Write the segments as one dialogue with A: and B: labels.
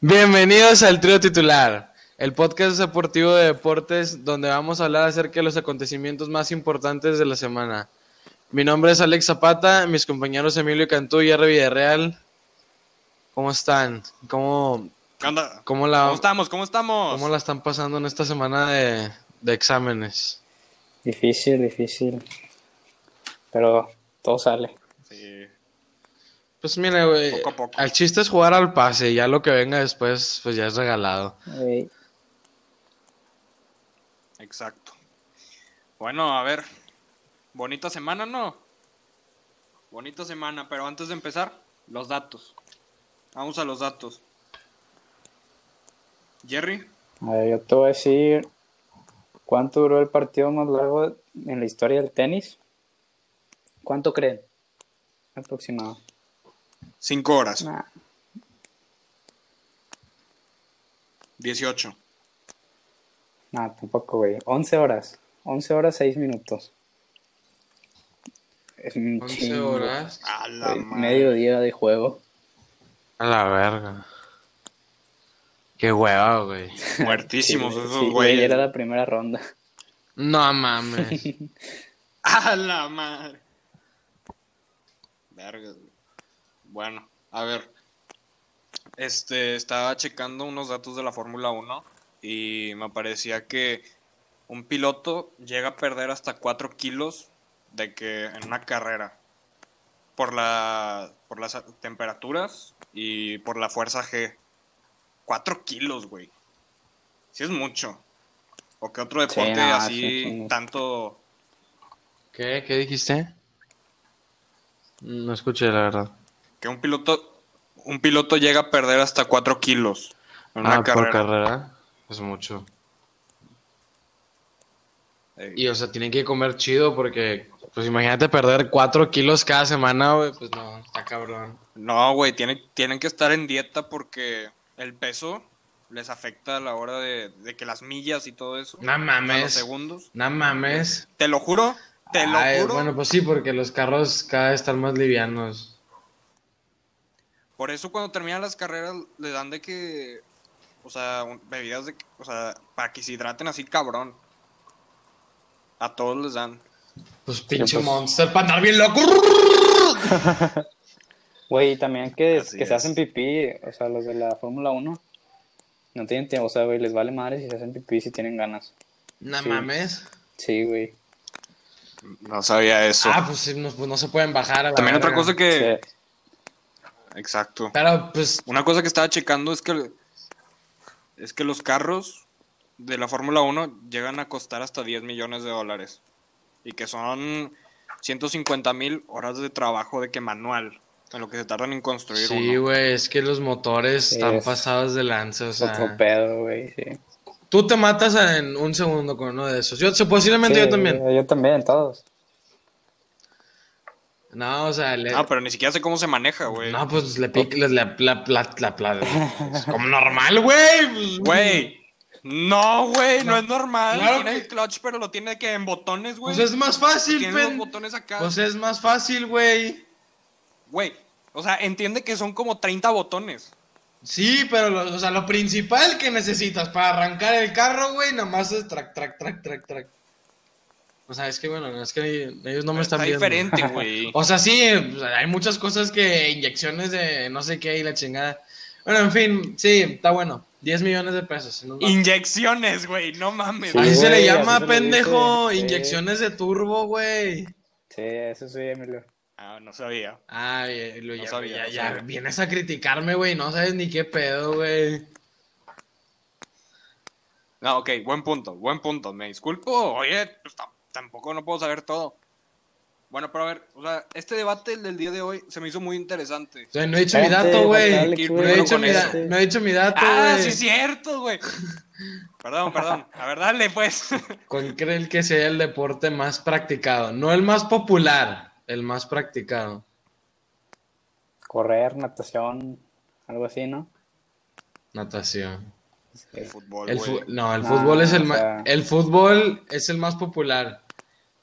A: Bienvenidos al trío titular, el podcast deportivo de deportes donde vamos a hablar acerca de los acontecimientos más importantes de la semana. Mi nombre es Alex Zapata, mis compañeros Emilio Cantú y R. Villarreal. ¿Cómo están? ¿Cómo,
B: ¿Qué onda?
A: cómo, la,
B: ¿Cómo estamos? ¿Cómo estamos?
A: Ah, cómo la están pasando en esta semana de, de exámenes?
C: Difícil, difícil. Pero todo sale.
B: Sí.
A: Pues mira, güey,
B: Poco a poco.
A: el chiste es jugar al pase, ya lo que venga después, pues ya es regalado.
C: Ey,
B: Exacto. Bueno, a ver. Bonita semana, ¿no? Bonita semana, pero antes de empezar, los datos. Vamos a los datos. Jerry,
C: A ver, yo te voy a decir cuánto duró el partido más largo en la historia del tenis. ¿Cuánto creen? Aproximado.
B: cinco horas.
C: Nah,
B: 18.
C: nah, tampoco, güey. 11 horas. 11 horas, 6 minutos. Es un
A: 11
C: chingo,
A: horas.
B: A la
C: güey.
B: madre.
C: Medio día de juego.
A: A la verga. Qué hueva, güey.
B: Muertísimos
C: Sí, güey,
B: esos
C: sí, güey,
B: güeyes.
C: Era la primera ronda.
A: No mames.
B: A la madre. Vergas, güey. Bueno, a ver. Este, estaba checando unos datos de la Fórmula 1 y me parecía que un piloto llega a perder hasta 4 kilos de que en una carrera por la por las temperaturas y por la fuerza G. 4 kilos, güey. Si es mucho. O que otro deporte
C: no,
B: así
C: sí, es un chingo.
B: tanto
A: ¿Qué? ¿Qué dijiste? No escuché, la verdad.
B: Que un piloto, un piloto llega a perder hasta 4 kilos en una
A: ah, por
B: carrera.
A: carrera. Es mucho.
B: Eh,
A: Y, o sea, tienen que comer chido porque, pues imagínate perder 4 kilos cada semana, güey. Pues no, está cabrón.
B: no, güey, tienen, tienen que estar en dieta porque el peso les afecta a la hora de, de que las millas y todo eso.
A: No
B: o sea, los
A: mames.
B: segundos.
A: No mames.
B: Te lo juro, te
A: Ay,
B: lo juro.
A: Bueno, pues sí, porque los carros cada vez están más livianos.
B: Por eso cuando terminan las carreras le dan de que, o sea, un- bebidas de, que- o sea, para que se hidraten así cabrón. A todos les dan.
A: Pues pinche
C: pues-
A: monster para andar bien loco.
C: Güey, y también que,
B: Así
C: que se
B: es.
C: hacen pipí, o sea, los de la Fórmula 1 no tienen tiempo, o sea, güey, les vale madre si se hacen pipí si tienen ganas.
A: No
C: Sí.
A: mames.
C: Sí, güey.
B: No sabía eso.
A: Ah, pues, sí, no, pues no se pueden bajar. a la
B: También otra
A: verga.
B: cosa que...
C: Sí.
B: Exacto.
A: Pero pues
B: Una cosa que estaba checando es que es que los carros de la Fórmula 1 llegan a costar hasta 10 millones de dólares y que son 150 mil horas de trabajo de que manual en lo que se tardan en construir
A: Sí,
B: uno.
A: güey, es que los motores
C: Sí,
A: están
C: es
A: pasados de lanza, o sea.
C: Otro pedo, güey, sí.
A: Tú te matas en un segundo con uno de esos. Yo, se- posiblemente yo
C: Sí,
A: también.
C: Yo también, todos.
A: No, o sea, le,
B: Ah, pero ni siquiera sé cómo se maneja, güey.
A: no, pues le pica, le- la, la, la, la, la- es como normal, güey. pues,
B: Güey. No, güey, no es normal.
A: Claro
B: tiene el
A: que-
B: clutch, pero lo tiene que en botones, güey.
A: Pues es más fácil,
B: tiene los
A: pen.
B: botones acá.
A: Pues es más fácil, güey.
B: Güey, o sea, entiende que son como 30 botones.
A: Sí, pero lo, o sea, lo principal que necesitas para arrancar el carro, güey, nomás es track, track, track, track, track. O sea, es que bueno, es que ellos no me están
B: Está
A: viendo.
B: diferente, güey.
A: O sea, sí, o sea, hay muchas cosas que inyecciones de no sé qué y la chingada. Bueno, en fin, sí, está bueno. 10 millones de pesos. se nos va.
B: Inyecciones, güey, no mames.
C: Sí,
A: Así se le
C: güey,
A: llama,
C: así se le
A: pendejo.
C: dice, sí.
A: Inyecciones de turbo, güey.
C: Sí, eso sí, Emilio.
B: Ah, no sabía.
A: Ay, eh, lo
B: No
A: ya,
B: sabía,
A: ya-
B: no
A: ya
B: sabía.
A: vienes a criticarme, güey. No sabes ni qué pedo, güey.
B: No, ok, buen punto, buen punto. Me disculpo, oye, pues, tam- tampoco no puedo saber todo. Bueno, pero a ver, o sea, este debate del día de hoy se me hizo muy interesante.
A: O sea, no he dicho mi
C: Espérate,
A: dato, güey.
C: Alex,
B: Que ir
A: No
C: güey,
A: he
B: primero
A: dicho
B: con
A: mi, da-
B: eso.
C: este.
A: no he dicho mi dato,
B: Ah,
A: güey.
B: sí es cierto, güey. Perdón, perdón. A ver, dale, pues.
A: ¿Cuál creen que sea el deporte más practicado? No el más popular, el más practicado.
C: Correr, natación, algo así, ¿no?
A: Natación.
B: El fútbol,
A: El
B: güey.
A: fu- no, el
C: No,
A: fútbol es el
C: o
A: ma-
C: sea-
A: el fútbol es el más popular,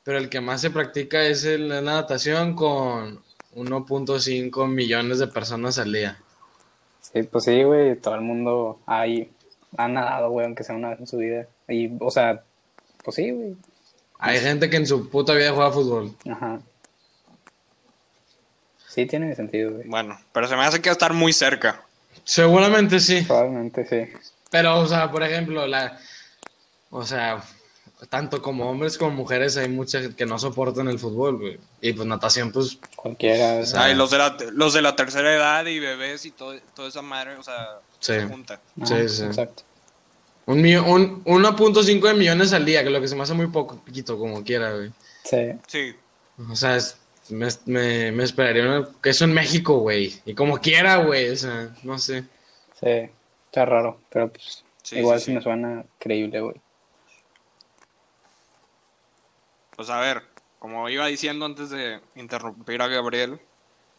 A: pero el que más se practica es el- la natación con 1.5 millones de personas al día.
C: Sí, pues sí, güey, todo el mundo ahí ha nadado, güey, aunque sea una vez en su vida. Y, o sea, pues sí, güey.
B: Pues
A: Hay gente que en su puta vida juega fútbol.
C: Ajá. Sí, tiene sentido, güey.
B: Bueno, pero se me hace que va a estar muy cerca.
A: Seguramente sí.
C: Probablemente sí.
A: Pero, o sea, por ejemplo, la. O sea, tanto como hombres como mujeres hay muchas que no soportan el fútbol, güey. Y pues natación, pues.
C: Cualquiera. o sea,
B: Ay, los de la, los de la tercera edad y bebés y todo, toda esa madre, o sea,
A: Sí.
B: se junta.
C: ajá,
A: sí, sí.
C: Exacto.
A: Un, millo- un 1.5 de millones al día, que lo que se me hace muy poco, poquito, como quiera, güey.
C: Sí.
B: Sí,
A: O sea, es- me, me, me esperaría una- que eso en México, güey. Y como quiera, güey. O sea, no sé.
C: Sí, está raro, pero pues
B: Sí,
C: igual
B: sí,
C: sí
B: sí.
C: me suena creíble, güey.
B: pues a ver, como iba diciendo antes de interrumpir a Gabriel,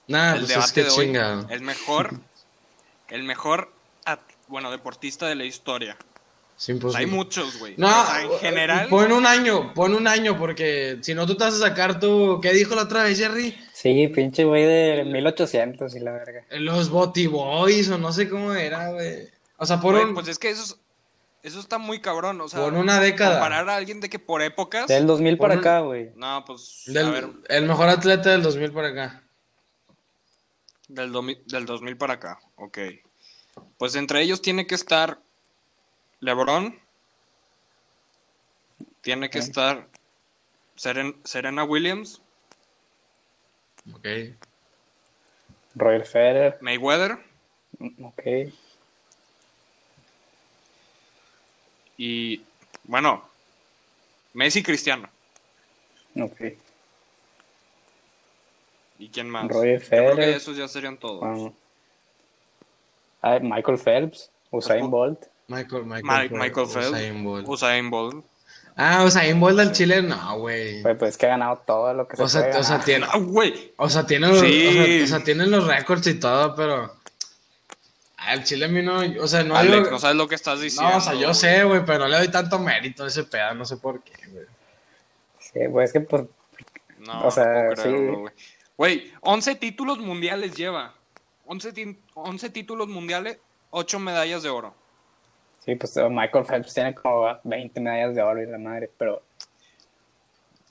A: Nada,
B: el
A: pues
B: debate
A: es que
B: de hoy,
A: chingado.
B: el mejor, el mejor, at- bueno, deportista de la historia.
A: Es imposible.
B: hay muchos, güey.
A: Pues No,
B: O sea, en general,
A: pon un año, pon un año, porque si no tú te vas a sacar tu... ¿Qué dijo la otra vez, Jerry?
C: Sí, pinche güey de 1800 y la verga.
A: Los Boty Boys o no sé cómo era, güey. O sea, por,
B: güey,
A: un-
B: pues es que eso, es- eso está muy cabrón, o sea,
A: por una década.
B: comparar a alguien de que por épocas,
C: Del 2000 para
A: Por-
C: acá, güey.
B: no, pues,
A: Del-
B: a ver,
A: el mejor atleta del 2000 para acá.
B: Del, domi- del 2000 para acá, ok. Pues entre ellos tiene que estar LeBron, tiene que
C: Ok.
B: estar Seren- Serena Williams,
A: Ok.
C: Roger Federer,
B: Mayweather
C: mm, ok.
B: y, bueno, Messi y Cristiano.
C: Ok.
B: ¿Y quién más?
C: Roger
B: Yo creo que
C: Federer.
B: esos ya serían todos.
C: Vamos. Ah, Michael Phelps, Usain
B: Ujú.
C: Bolt.
A: Michael, Michael,
B: Ma-
A: Ford,
B: Michael Phelps,
A: Usain Bolt.
B: Usain Bolt.
A: Ah, Usain Bolt al Chile, no, güey.
C: Güey, pues es que ha ganado todo lo que se
A: O sea,
C: puede
A: o sea,
C: ganar.
A: tiene,
B: Ah, güey.
A: o sea, tiene los,
B: Sí.
A: o sea, o sea, tienen los récords y todo, pero al Chile a mí no, o sea, no
B: Alex,
A: digo-
B: no sabes lo que estás diciendo.
A: No, o sea, yo
B: güey.
A: sé, güey, pero no le doy tanto mérito a ese pedo, no sé por qué, güey.
C: Sí, güey, es que pues,
B: No,
C: O sea,
B: no puedo creerlo,
C: sí.
B: güey. Güey, 11 títulos mundiales lleva. 11, ti- 11 títulos mundiales, 8 medallas de oro.
C: sí, pues Michael Phelps tiene como 20 medallas de oro y la madre, pero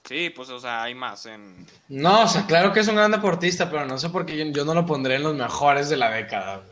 B: Sí, pues, o sea, hay más en...
A: No, o sea, claro que es un gran deportista, pero no sé por qué yo, yo no lo pondré en los mejores de la década, güey.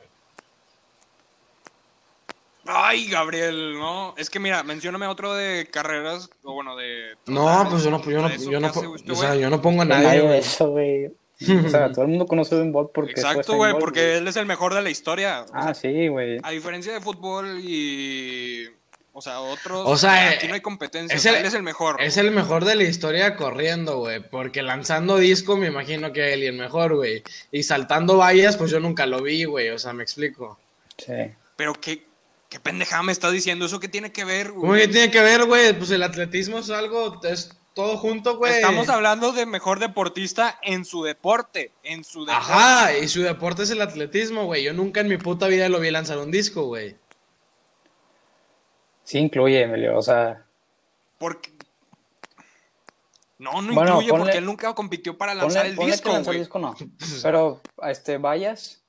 B: Ay, Gabriel, no. Es que mira, mencióname otro de carreras, o bueno, de...
A: No, pues yo no, yo no,
B: De eso
A: yo no,
B: que hace
A: po-
B: usted,
A: o sea,
B: güey.
A: yo no pongo a nadie,
C: nadie de
A: güey.
C: eso, güey. O sea, todo el mundo conoce a Usain Bolt porque fue
B: Exacto,
C: Usain
B: güey,
C: Bolt,
B: porque él es el mejor de la historia. O sea,
C: Ah, sí, güey.
B: a diferencia de fútbol y... O sea, otros...
A: O sea,
B: aquí
A: eh,
B: no hay competencia.
A: es
B: o sea,
A: el-
B: él es el mejor.
A: Es el mejor de la historia corriendo, güey. Porque lanzando disco me imagino que él y el mejor, güey. Y saltando vallas, pues yo nunca lo vi, güey. O sea, me explico.
C: Sí.
B: Pero qué, qué pendejada me estás diciendo. ¿Eso qué tiene que ver, güey?
A: ¿Cómo que tiene que ver, güey? Pues el atletismo es algo, es todo junto, güey.
B: Estamos hablando de mejor deportista en su deporte, en su deporte.
A: Ajá, y su deporte es el atletismo, güey. Yo nunca en mi puta vida lo vi lanzar un disco, güey.
C: Sí incluye, Emilio, o sea,
B: Porque... No, no
C: Bueno,
B: incluye
C: ponle-
B: porque él nunca compitió para lanzar
C: ponle,
B: el
C: ponle que
B: disco,
C: lanzó el
B: güey.
C: disco no. Pero, este, vallas.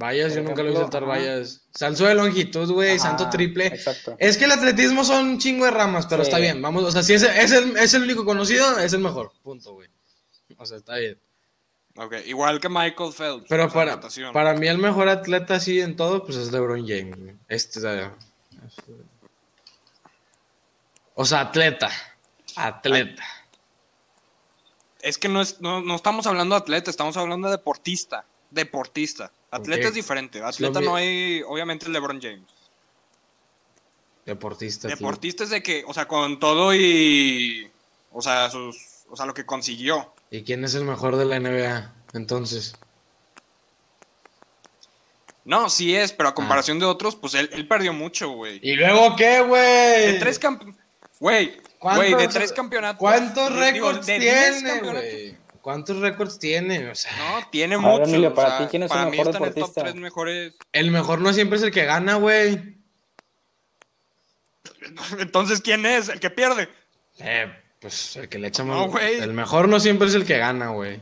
A: Vallas,
C: Por
A: yo nunca lo vi
C: ejemplo,
A: saltar
C: ajá.
A: vallas. Salso de longitud, güey,
C: Ajá,
A: santo triple.
C: exacto.
A: Es que el atletismo son un chingo de ramas, pero
C: Sí.
A: está bien. Vamos, o sea, si es, es el, es el único conocido, es el mejor. Punto, güey. O sea, está bien.
B: Ok, igual que Michael Phelps. o
A: Pero
B: sea,
A: para,
B: Pues natación.
A: para mí el mejor atleta así en todo, pues es LeBron James. güey. Este, eh, este. O sea, atleta. Atleta.
B: Es que no, es, no, no estamos hablando de atleta, estamos hablando de deportista. Deportista. Atleta
A: Ok.
B: es diferente. Atleta
A: mi-
B: no hay, obviamente, LeBron James.
A: Deportista. atleta.
B: Deportista es de que, o sea, con todo y... O sea, sus, o sea lo que consiguió.
A: ¿Y quién es el mejor de la NBA? Entonces.
B: No, sí es, pero a comparación de otros, pues él, él perdió mucho, güey.
A: ¿Y luego qué,
B: De
A: güey?
B: tres campeonatos. Güey,
A: ¿Cuántos-
B: güey, de tres campeonatos.
A: ¿Cuántos
B: digo,
A: récords
B: de diez
A: tiene,
B: campeonatos.
A: güey? ¿Cuántos récords tiene? O sea,
B: No, tiene
C: A ver,
B: mucho.
C: Emilio,
B: para
C: para ti, ¿quién es el
B: para mí
C: mejor
B: está en el top
C: deportista?
B: tres mejores.
A: el mejor no siempre es el que gana, güey.
B: Entonces, ¿quién es? El que pierde.
A: Eh, pues el que le echa
B: No,
A: más.
B: güey.
A: el mejor no siempre es el que gana, güey.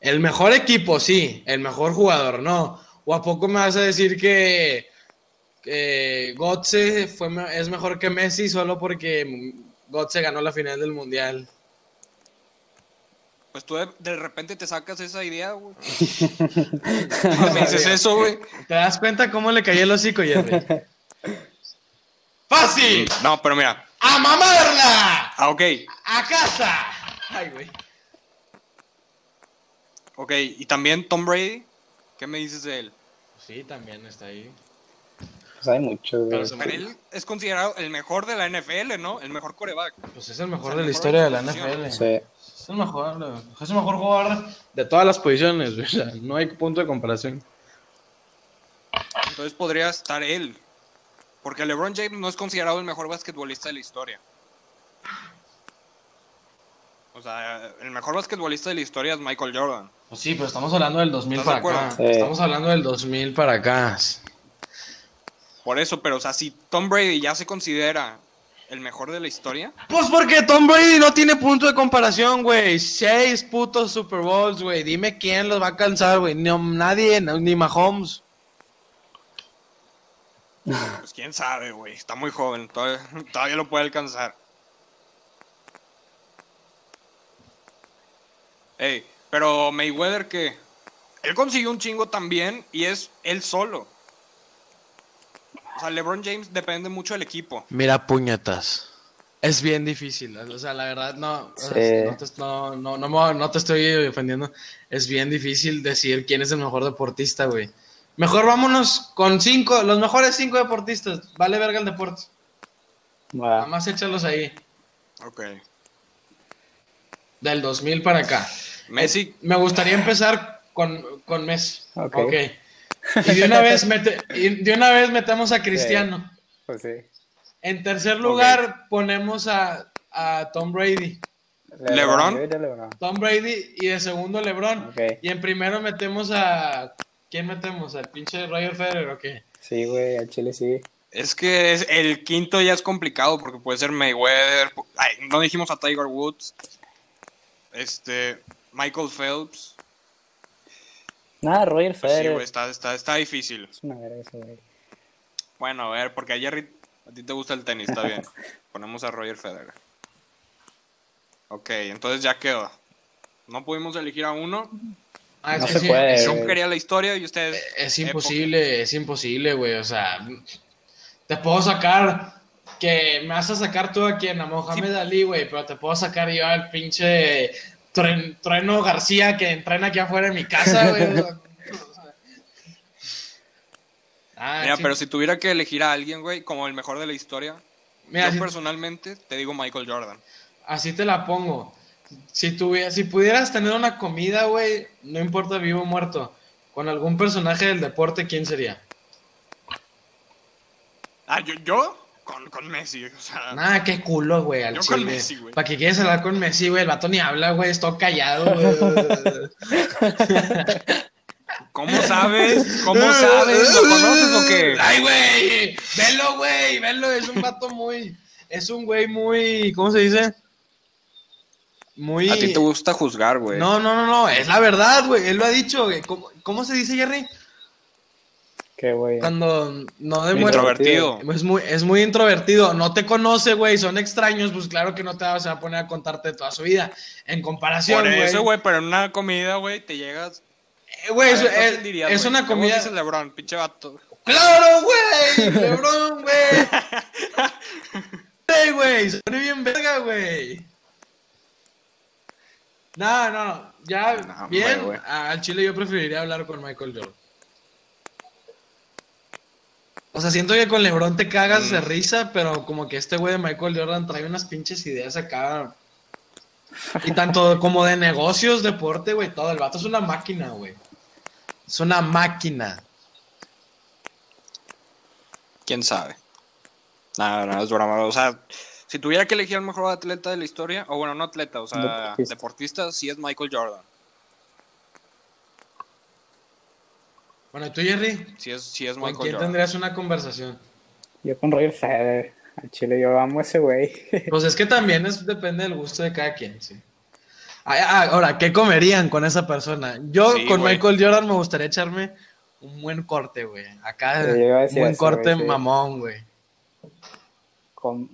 A: El mejor equipo, sí. El mejor jugador, no. ¿O a poco me vas a decir que, que Götze fue, me- es mejor que Messi solo porque Götze ganó la final del Mundial?
B: Pues tú de, de repente te sacas esa idea, güey. ¿Cómo me dices eso, güey?
A: ¿Te das cuenta cómo le cayó el hocico, Jerry? ¡Fácil!
B: No, pero mira.
A: ¡A mamarla!
B: Ah, ok.
A: ¡A casa! Ay, güey.
B: Ok. Y también Tom Brady. ¿Qué me dices de él?
A: Sí, también está ahí.
C: Pues hay muchos, güey.
A: Pero se-
B: Pero él es considerado el mejor de la NFL, ¿no? El mejor coreback.
A: Pues es el
B: O
A: mejor
B: sea,
A: de la
B: mejor
A: historia de la
B: posición.
A: NFL.
C: Sí.
A: Es el mejor, güey. es el mejor jugador de todas las posiciones, güey. O sea, no hay punto de comparación.
B: Entonces podría estar él. Porque LeBron James no es considerado el mejor basquetbolista de la historia. O sea, el mejor basquetbolista de la historia es Michael Jordan.
A: Pues sí, pero estamos hablando del 2000 para
B: ¿Estás de
A: acá.
B: acuerdo?
C: Sí.
A: Estamos hablando del 2000 para acá.
B: Por eso, pero o sea, si Tom Brady ya se considera el mejor de la historia,
A: Pues porque Tom Brady no tiene punto de comparación, güey. Seis putos Super Bowls, güey. Dime quién los va a alcanzar, güey. Ni, nadie, no- ni Mahomes.
B: pues quién sabe, güey. Está muy joven, todavía, todavía lo puede alcanzar. Ey, pero Mayweather que él consiguió un chingo también y es él solo. O sea, LeBron James depende mucho del equipo.
A: Mira, puñetas. Es bien difícil. O sea, la verdad, no. o sea,
C: Sí.
A: no, te, no, no, no me- no te estoy defendiendo. Es bien difícil decir quién es el mejor deportista, güey. Mejor vámonos con cinco, los mejores cinco deportistas. Vale verga el deporte.
C: Va.
A: Nada más échalos ahí.
B: Ok.
A: Del 2000 para acá. Eh,
B: Messi,
A: Me gustaría empezar con, con Messi.
C: Ok.
A: Ok. Y de una vez, mete- y de una vez metemos a Cristiano.
C: Pues sí.
A: En tercer lugar ponemos a, a Tom Brady.
B: LeBron.
C: yo diría LeBron.
A: Tom Brady y de segundo LeBron.
C: Ok.
A: Y en primero metemos a... ¿Quién metemos? ¿Al pinche Roger Federer o qué?
C: Sí, güey, al Chile sí.
B: es que es- el quinto ya es complicado porque puede ser Mayweather. pu- ay, no dijimos a Tiger Woods. Este, Michael Phelps.
C: Nada, Roger
B: Pues sí,
C: Federer.
B: güey, está, está, está difícil.
C: es una verga ese güey.
B: Bueno, a ver, porque a Jerry, a ti te gusta el tenis, está bien. Ponemos a Roger Federer. Ok, entonces ya quedó. No pudimos elegir a uno.
A: Ah, es
C: No
A: que
C: se
A: sí,
C: puede.
A: es-
B: Yo
C: Eh,
B: quería la historia y ustedes.
A: eh, Es
B: época.
A: imposible, es imposible, güey. O sea, te puedo sacar que me vas a sacar tú a quien, a Mohamed Ali, güey, pero te puedo sacar yo al pinche Tren- Trueno García que entrena aquí afuera en mi casa, güey. o sea, o sea. Ah,
B: Mira,
A: sí.
B: pero si tuviera que elegir a alguien, güey, como el mejor de la historia,
A: Mira,
B: yo
A: si-
B: personalmente te digo Michael Jordan.
A: así te la pongo. Si, tuviera, si pudieras tener una comida, güey, no importa vivo o muerto, con algún personaje del deporte, ¿quién sería?
B: Ah, yo, yo con, con Messi, o sea.
A: Nada, qué culo, güey, al
B: Ah. Yo
A: chile.
B: con Messi, güey.
A: ¿Para qué quieres hablar con Messi, güey? El vato ni habla, güey, es todo callado, güey.
B: ¿Cómo sabes? ¿Cómo sabes? ¿Lo conoces o qué?
A: ¡Ay, güey! ¡Velo, güey! ¡Velo! Es un vato muy... Es un güey muy... ¿Cómo se dice? Muy...
B: A ti te gusta juzgar, güey.
A: No, no, no, no. Es la verdad, güey. Él lo ha dicho, güey. ¿Cómo, cómo se dice, Jerry?
C: Qué güey.
A: Cuando no demuestra...
B: Introvertido.
A: Es muy, es muy introvertido, no te conoce, güey, son extraños, pues claro que no te va, se va a poner a contarte toda su vida. En comparación,
B: Por
A: güey.
B: eso, güey, pero en una comida, güey, te llegas
A: Eh, Güey, es,
B: A ver, ¿tú
A: es-
B: quién dirías,
A: es
B: güey?
A: una
B: ¿Cómo
A: comida.
B: dices LeBron, pinche vato.
A: ¡Claro, güey! ¡Lebrón, güey! ¡Ey, güey! ¡Se pone bien verga, güey! No, no, no. Ya,
B: No, hombre,
A: bien.
B: güey.
A: a- Al chile yo preferiría hablar con Michael Jordan. O sea, siento que con LeBron te cagas
B: Mm.
A: de risa, pero como que este güey de Michael Jordan trae unas pinches ideas acá. Y tanto como de negocios, deporte, güey, todo. El vato es una máquina, güey. Es una máquina.
B: ¿Quién sabe? Nada, nada, es broma. O sea, si tuviera que elegir al mejor atleta de la historia, o bueno, no atleta, o sea,
C: Deportista.
B: deportista, sí es Michael Jordan.
A: Bueno, tú, Jerry,
B: Sí es, sí es
A: ¿con
B: Michael
A: quién
B: Jordan.
A: tendrías una conversación?
C: Yo con Roger Federer. Al Chile yo amo a ese güey.
A: Pues es que también es, depende del gusto de cada quien, sí. Ah, ah, Ahora, ¿qué comerían con esa persona? Yo
B: Sí,
A: con
B: güey.
A: Michael Jordan me gustaría echarme un buen corte, güey. Acá,
C: Sí, yo iba a
A: un
C: decir
A: buen
C: eso,
A: corte
C: güey, sí.
A: mamón, güey.
C: Con...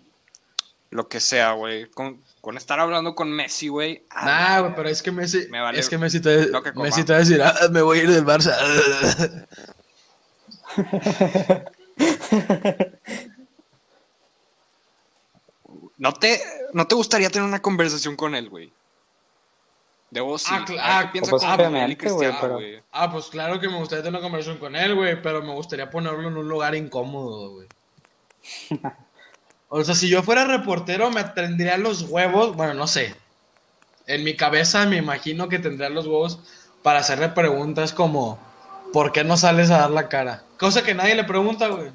B: Lo que sea, güey. Con, con estar hablando con Messi, güey.
C: Ah,
B: ah, a la
A: Nah, güey,
B: verga.
A: pero es que Messi,
B: Me vale
A: es que Messi te,
B: lo que coma.
A: Messi te va a decir, "Ah, me voy a ir del Barça.
B: ¿No te, ¿No te gustaría tener una conversación con él, güey? De vos, sí.
A: Ah, cl-
B: A
A: ah,
B: ver qué piensa
A: pues,
B: como él y
C: obviamente, güey,
B: Cristiano,
C: pero-
B: güey.
A: ah, pues claro que me gustaría tener una conversación con él, güey, pero me gustaría ponerlo en un lugar incómodo, güey. O sea, si yo fuera reportero, me tendría los huevos, bueno, no sé. En mi cabeza me imagino que tendría los huevos para hacerle preguntas como, ¿por qué no sales a dar la cara? Cosa que nadie le pregunta, güey.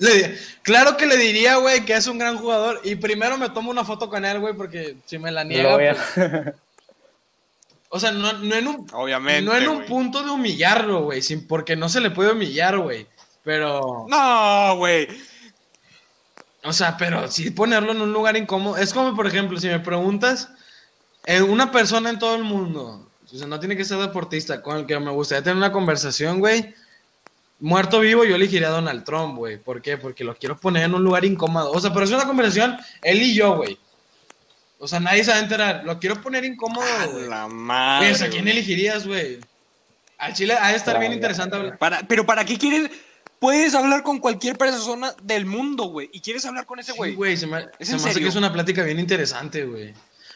A: Le di- claro que le diría, güey, que es un gran jugador y primero me tomo una foto con él, güey, porque si me la niega...
C: Lo voy a-
A: pues- o sea, no, no en un,
B: Obviamente,
A: no en un
B: güey.
A: punto de humillarlo, güey, sin- porque no se le puede humillar, güey. Pero,
B: No, güey.
A: o sea, pero sí ponerlo en un lugar incómodo. Es como, por ejemplo, si me preguntas, eh, una persona en todo el mundo, o sea, no tiene que ser deportista, con el que me gustaría tener una conversación, güey. Muerto vivo, yo elegiría a Donald Trump, güey. ¿Por qué? Porque lo quiero poner en un lugar incómodo. O sea, pero es una conversación, él y yo, güey. O sea, nadie se va a enterar. Lo quiero poner incómodo,
B: A
A: Ah, güey.
B: la madre.
A: Pues, ¿a quién
B: güey.
A: elegirías, güey? Al Chile ha de estar
C: Ah,
A: bien
C: ya.
A: interesante hablar.
B: Para- pero ¿para qué quieres? Puedes hablar con cualquier persona del mundo, güey. Y quieres hablar con ese
A: Sí,
B: güey.
A: güey, se me,
B: ¿Es
A: se me
B: en
A: hace
B: serio?
A: que es una plática bien interesante, güey.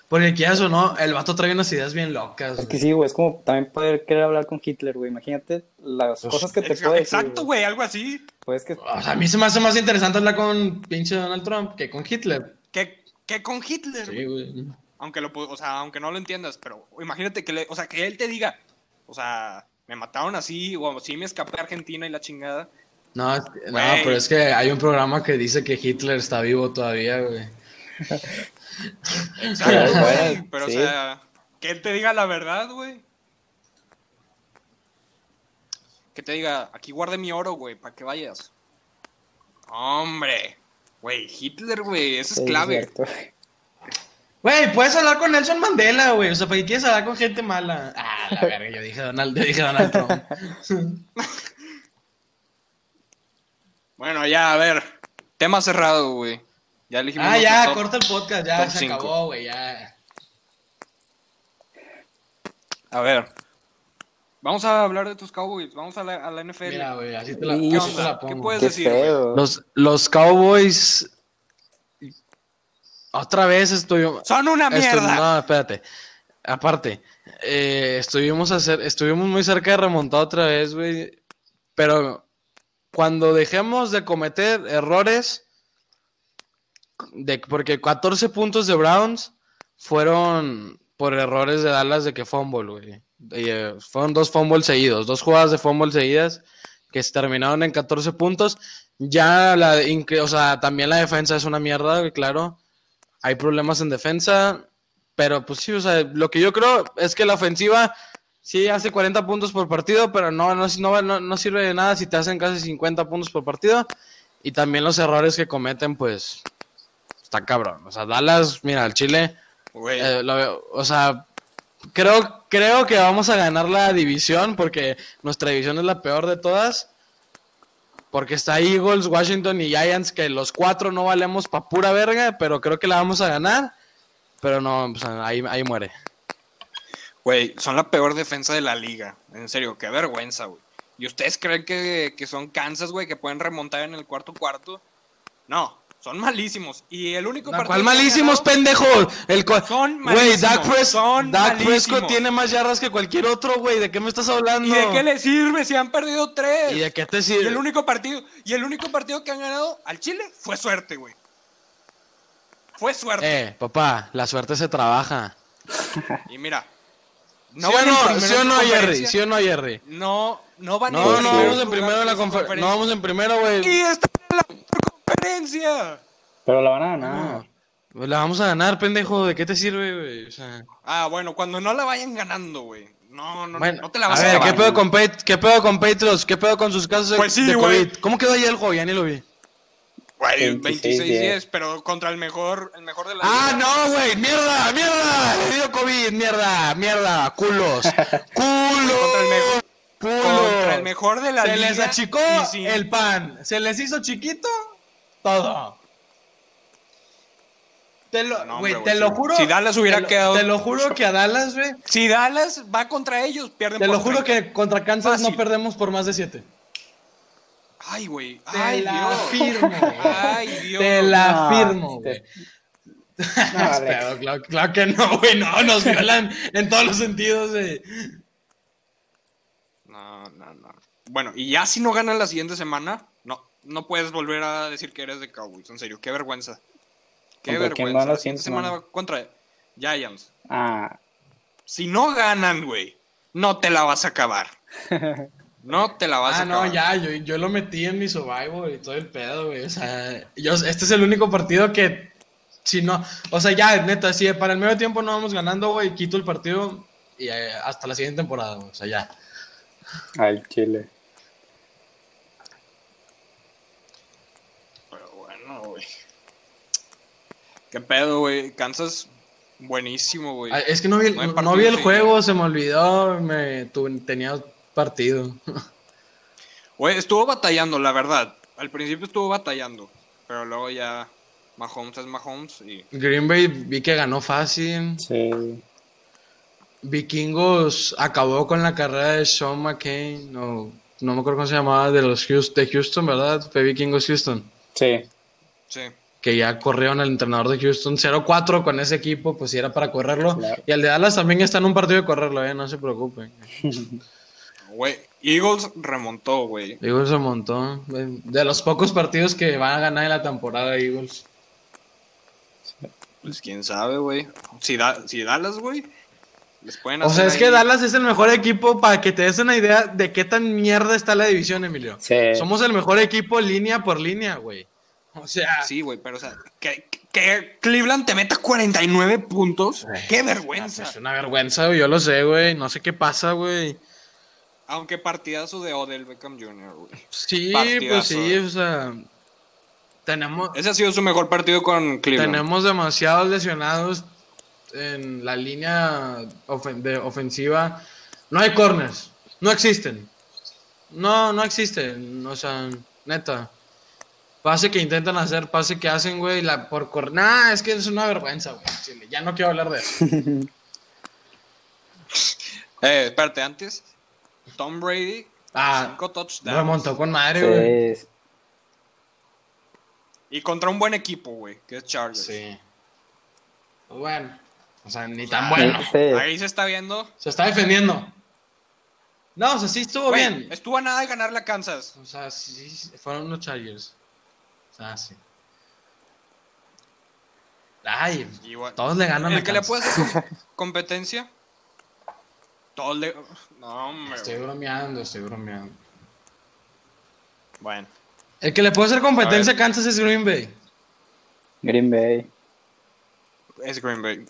A: Porque quieras o no, el vato trae unas ideas bien locas.
C: Es que
A: güey.
C: sí, güey, es como también poder querer hablar con Hitler, güey. Imagínate las
A: Pues,
C: cosas que te
B: Ex-
C: puede decir.
B: Exacto, güey. Algo así.
C: Pues que
A: O sea, a mí se me hace más interesante hablar con pinche Donald Trump que con Hitler.
B: Que, que con Hitler, güey.
A: Sí, güey.
B: Aunque lo pu- o sea, aunque no lo entiendas, pero imagínate que le- o sea, que él te diga, o sea, me mataron así, o sí me escapé a Argentina y la chingada.
A: No, es que- no,
B: Güey.
A: pero es que hay un programa que dice que Hitler está vivo todavía, güey.
B: Exacto,
C: güey,
B: güey. Pero,
C: sí.
B: o sea, que él te diga la verdad, güey. Que te diga, aquí guarde mi oro, güey, para que vayas. Hombre, güey, Hitler, güey, eso es
C: sí,
B: clave.
C: cierto.
A: Güey, puedes hablar con Nelson Mandela, güey. O sea, ¿para qué quieres hablar con gente mala? Ah, la verga, yo dije Donald, yo dije Donald Trump.
B: Bueno, ya, a ver. Tema cerrado, güey. Ya elegimos.
A: Ah,
B: nuestro
A: ya,
B: top.
A: corta el podcast, ya
B: top
A: se
B: cinco.
A: acabó, güey, ya.
B: A ver. Vamos a hablar de tus Cowboys. Vamos a la, a la NFL.
A: Mira, güey, así te la,
C: ¿Qué
A: así
B: onda?
A: te la
B: ¿Qué
A: pongo.
B: puedes-
C: Qué
B: decir,
C: feo.
A: Los, los Cowboys. Otra vez estuvimos.
B: Son una
A: estu-
B: mierda.
A: no, espérate. Aparte, eh, estuvimos, a cer- estuvimos muy cerca de remontar otra vez, güey. Pero cuando dejemos de cometer errores, de, porque 14 puntos de Browns fueron por errores de Dallas de que fumble, güey. Y, eh, fueron dos fumbles seguidos, dos jugadas de fumble seguidas que se terminaron en 14 puntos. Ya la, inc- o sea, también la defensa es una mierda, güey, claro. Hay problemas en defensa, pero pues sí, o sea, lo que yo creo es que la ofensiva sí hace 40 puntos por partido, pero no, no, no, no- no sirve de nada si te hacen casi 50 puntos por partido. Y también los errores que cometen, pues, está cabrón. O sea, Dallas, mira, al Chile,
B: Güey,
A: eh, lo veo- o sea, creo, creo que vamos a ganar la división porque nuestra división es la peor de todas. Porque está Eagles, Washington y Giants, que los cuatro no valemos pa' pura verga, pero creo que la vamos a ganar. Pero no, o sea, ahí, ahí muere.
B: güey, son la peor defensa de la liga. En serio, qué vergüenza, güey. ¿Y ustedes creen que, que son Kansas, güey, que pueden remontar en el cuarto cuarto? No, son malísimos. Y el único
A: No,
B: partido
A: ¿Cuál
B: que han
A: malísimos,
B: ganado-
A: pendejo? El co-
B: Son
A: Güey, Dak,
B: malísimos,
A: Pres-
B: son
A: Dak Prescott
B: malísimos.
A: tiene más yardas que cualquier otro, güey. ¿De qué me estás hablando?
B: ¿Y de qué le sirve si han perdido tres?
A: ¿Y de qué te
B: Y
A: sirve?
B: el único partido, y el único partido que han ganado al Chile fue suerte, güey. Fue suerte.
A: Eh, papá, la suerte se trabaja.
B: Y mira,
A: ¿Sí o
B: van en
A: no,
B: primero
A: ¿Sí o
B: en
A: no,
B: su
A: Jerry?
B: conferencia.
A: ¿Sí o no, Jerry?
B: No, no van
A: No,
C: sí.
A: no vamos en
B: lugar
A: primero en la
B: su
A: conferencia. No vamos en primero,
B: Y
A: güey.
B: están en la peor conferencia.
C: Pero la van a ganar.
A: No. Ah. Pues La vamos a ganar, pendejo. ¿De qué te sirve, güey? O sea,
B: Ah, bueno, cuando no la vayan ganando, güey. No, no,
A: bueno,
B: no te la vas a,
A: a ver, ¿qué
B: acabar.
A: pedo, con Pat- ¿qué pedo con Patriots? ¿Qué pedo con sus casos de-
B: Pues sí,
A: de
B: güey.
A: COVID? ¿Cómo quedó ayer el juego? Ya ni lo vi.
B: Güey,
C: 26-10,
B: 26-10, pero contra el mejor, el mejor de la
A: Ah,
B: liga.
A: no, güey, mierda, mierda, le dio COVID, mierda, mierda, culos, culos,
B: Contra el mejor.
A: culos.
B: Contra el el mejor de la
A: Se
B: liga.
A: les achicó
B: y sin-
A: el pan. Se les hizo chiquito todo. Te lo,
B: No,
A: güey,
B: hombre,
A: te lo
B: güey, sí.
A: juro.
B: Si Dallas hubiera
A: te lo-
B: quedado-
A: Te lo juro que a Dallas, güey.
B: Si Dallas va contra ellos, pierden
A: Te
B: por
A: lo juro
B: 30.
A: que contra Kansas
B: Fácil.
A: no perdemos por más de 7.
B: Ay, güey.
A: Te
B: Ay,
A: la
B: Dios.
A: firmo. güey.
B: Ay, Dios.
A: Te la
C: No,
A: firmo,
C: te-
A: güey.
C: No, Alex.
A: Pero claro, claro que no, güey. No, nos violan en todos los sentidos, güey.
B: No, no, no. Bueno, y ya si no ganan la siguiente semana, no, no puedes volver a decir que eres de Cowboys. En serio, qué vergüenza. Qué
C: ¿Contra quién
B: vergüenza.
C: van la
B: Esta
C: siguiente
B: semana
C: semana?
B: va contra Giants.
C: Ah,
B: Si no ganan, güey, no te la vas a acabar. No te la vas a
A: Ah, no,
B: acabar.
A: ya, yo, yo lo metí en mi survival y todo el pedo, güey. O sea, yo, este es el único partido que, si no, o sea, ya, neta, si para el medio tiempo no vamos ganando, güey, quito el partido y eh, hasta la siguiente temporada, güey. O sea, ya.
C: al chile.
B: Pero bueno, güey. Qué pedo, güey. Kansas, buenísimo, güey.
A: Ah, Es que no vi, el-
B: No hay
A: no
B: partido,
A: vi el
B: sí.
A: juego, se me olvidó, me tu- tenía partido.
B: Güey, estuvo batallando, la verdad. Al principio estuvo batallando, pero luego ya Mahomes es Mahomes y
A: Green Bay vi que ganó fácil.
C: Sí.
A: Vikingos acabó con la carrera de Sean McCain, no, no me acuerdo cómo se llamaba, de los Houston, de Houston, ¿verdad? Fue Vikingos Houston.
C: Sí.
B: sí.
A: que ya corrieron al entrenador de Houston 0-4 con ese equipo, pues si era para correrlo.
C: Claro.
A: Y al de Dallas también está en un partido de correrlo, eh, no se preocupen.
B: Güey, Eagles remontó, güey.
A: Eagles se montó. güey. De los pocos partidos que van a ganar en la temporada Eagles.
B: Pues quién sabe, güey. Si, da, si Dallas, güey, les pueden
A: O sea,
B: hacer
A: es que
B: ahí-
A: Dallas es el mejor equipo para que te des una idea de qué tan mierda está la división, Emilio.
C: Sí.
A: Somos el mejor equipo línea por línea, güey. O sea,
B: Sí, güey, pero o sea, que, que Cleveland te meta 49 puntos.
A: Güey.
B: ¡Qué
A: es
B: vergüenza!
A: una vergüenza, güey, yo lo sé, güey. No sé qué pasa, güey.
B: Aunque partidazo de Odell Beckham Jr., güey.
A: Sí, pues
B: Partidazo,
A: sí,
B: güey.
A: o sea. Tenemos,
B: Ese ha sido su mejor partido con Cleveland.
A: Tenemos demasiados lesionados en la línea ofen- de ofensiva. No hay corners. No existen. No, no existen. O sea, neta. Pase que intentan hacer, pase que hacen, güey. La por cor- Nah, es que es una vergüenza, güey. al chile. Ya no quiero hablar de eso.
B: Eh, espérate, antes, Tom Brady,
A: Ah,
B: 5 touchdowns.
A: remontó con madre, güey.
C: Sí.
B: Y contra un buen equipo, güey, que es Chargers.
A: Sí. Pues Bueno. O sea, ni
C: Ah.
A: tan bueno.
C: Sí.
B: Ahí se está viendo.
A: Se está defendiendo. No, o sea, sí estuvo
B: Güey,
A: bien.
B: Estuvo a nada de ganar la Kansas.
A: O sea, sí, sí, fueron unos Chargers. O sea, sí. Ay,
B: Y bueno,
A: todos le ganan
B: el
A: a
B: que Eh, le
A: Kansas.
B: puede hacer com- competencia. Todo le. No, hombre.
A: Estoy bromeando, estoy bromeando.
B: Bueno.
A: El que le puede hacer competencia
B: A
A: a Kansas es Green Bay.
C: Green Bay.
B: Es Green Bay.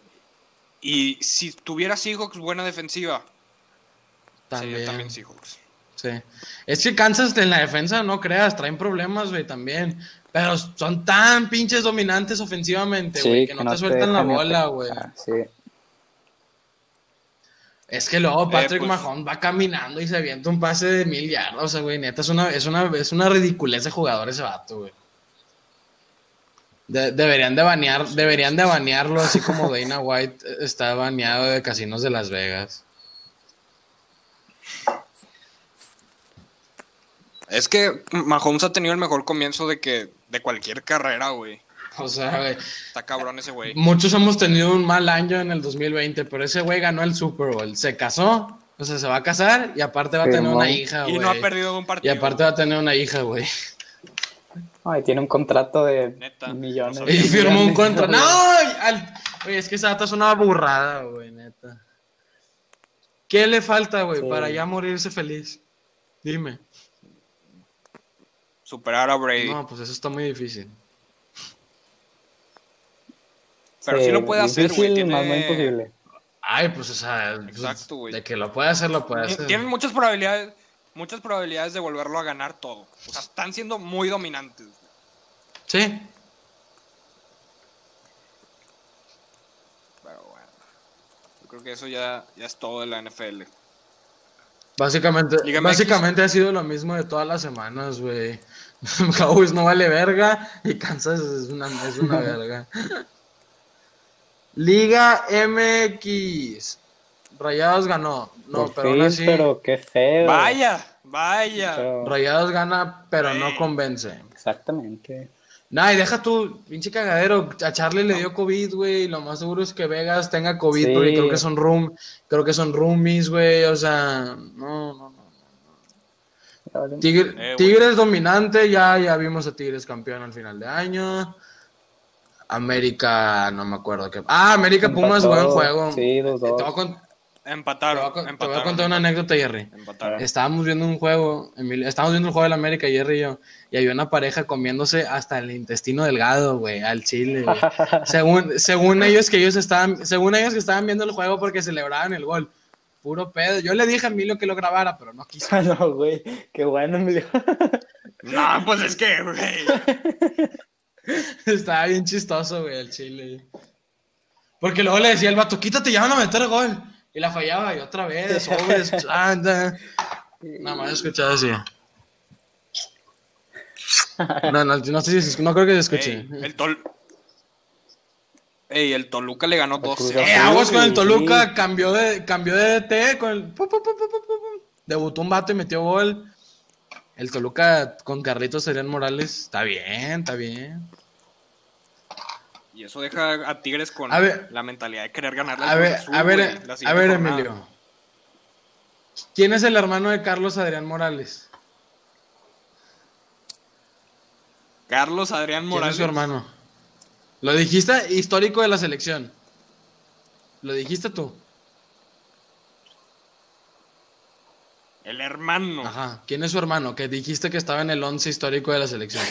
B: Y si tuviera Seahawks buena defensiva,
A: También.
B: sería también Seahawks.
A: Sí. Es que Kansas en la defensa, no creas, traen problemas, güey, también. Pero son tan pinches dominantes
C: Este
A: ofensivamente, güey, que, no te sueltan la
C: dejan ni
A: bola,
C: atacar.
A: güey.
C: Ah, Sí.
A: Es que luego Patrick
B: pues-
A: Mahomes va caminando y se avienta un pase de mil yardas, o sea, güey, neta, es una, es una, es una ridiculez de jugador ese vato, güey. De- deberían de banear, deberían de banearlo, así como Dana White eh, está baneado de casinos de Las Vegas.
B: Es que Mahomes ha tenido el mejor comienzo de que de cualquier carrera, güey.
A: O sea, güey,
B: Está cabrón ese güey.
A: muchos hemos tenido un mal año en el 2020, pero ese güey ganó el Super Bowl, se casó, o sea, se va a casar y aparte va a tener
C: Firmó.
A: una hija,
B: Y
A: güey.
B: no ha perdido un
A: Y
B: partido.
A: aparte va a tener una hija, güey.
C: Ay, tiene un contrato de
B: Neta,
C: millones.
B: no
A: Y
B: sabía.
A: firmó un
C: Millones.
A: contrato. ¡No! al- Oye, es que esa data es una burrada, güey, neta. ¿Qué le falta, güey,
C: Sí.
A: para ya morirse feliz? Dime.
B: Superar a Brady.
A: No, pues eso está muy difícil.
B: Pero sí lo puede hacer, güey.
C: difícil,
B: Tiene...
C: más no imposible.
A: Ay, pues, o sea, pues,
B: Exacto, güey.
A: de que lo puede hacer, lo puede hacer.
B: Tienen muchas probabilidades, muchas probabilidades de volverlo a ganar todo. O sea, están siendo muy dominantes.
A: Sí.
B: Pero bueno. Yo creo que eso ya, ya es todo de la NFL.
A: Básicamente,
B: Liga MX.
A: básicamente ha sido lo mismo de todas las semanas, güey. Cowboys no vale verga y Kansas es una, es una verga. Liga MX. Rayados ganó. No,
C: Por
A: pero
C: fin,
A: aún así,
C: pero qué feo.
B: Vaya, vaya.
C: Pero-
A: Rayados gana, pero no
B: Sí.
A: convence.
C: Exactamente.
A: Nah, y deja tú, pinche cagadero. A Charlie le dio COVID, güey. Lo más seguro es que Vegas tenga COVID
C: Sí.
A: porque creo que son room, creo que son roomies, güey. O sea, no, no, no.
C: Ya vale.
A: Tigre-
B: Eh, güey.
A: Tigres dominante, ya, ya vimos a Tigres campeón al final de año. América, no me acuerdo qué. Ah, América Pumas, buen
C: Empató.
A: juego.
C: Sí, dos,
A: Te voy a
C: dos.
A: cont- te voy a con-
B: Empataron,
A: te voy a
B: empataron.
A: contar una anécdota, Jerry.
B: Empataron.
A: Estábamos viendo un juego, Emilio- estábamos viendo un juego del América, Jerry y yo, y había una pareja comiéndose hasta el intestino delgado, güey, al chile, güey. Según, según ellos que ellos estaban, según ellos que estaban viendo el juego porque celebraban el gol. Puro pedo. Yo le dije a Emilio que lo grabara, pero no quiso.
C: Ah, no, güey. Qué bueno, Emilio.
B: No, pues es que, güey.
A: Estaba bien chistoso, güey, al chile. Porque luego le decía el vato, quítate, ya van a meter gol. Y la fallaba, y otra vez, sobres, anda. Nada más escuchaba así. No, no, no sé si, no creo que se escuche.
B: Ey, el Tol... Ey, el Toluca le ganó
C: Cruz
B: 12.
C: Azul.
A: Eh, aguas con el
C: Sí.
A: Toluca, cambió de, cambió de DT, con el pu, pu, pu, pu, pu, pu, pu. debutó un vato y metió gol. El Toluca con Carlitos Serén Morales, está bien, está bien.
B: Y eso deja a Tigres con
A: A ver.
B: la mentalidad de querer ganar
A: A ver, a ver, a ver, Emilio. ¿Quién es el hermano de Carlos Adrián Morales?
B: Carlos Adrián
A: ¿Quién es
B: Morales.
A: su hermano? Lo dijiste histórico de la selección. Lo dijiste tú.
B: El hermano.
A: Ajá. ¿Quién es su hermano? Que dijiste que estaba en el 11 histórico de la selección.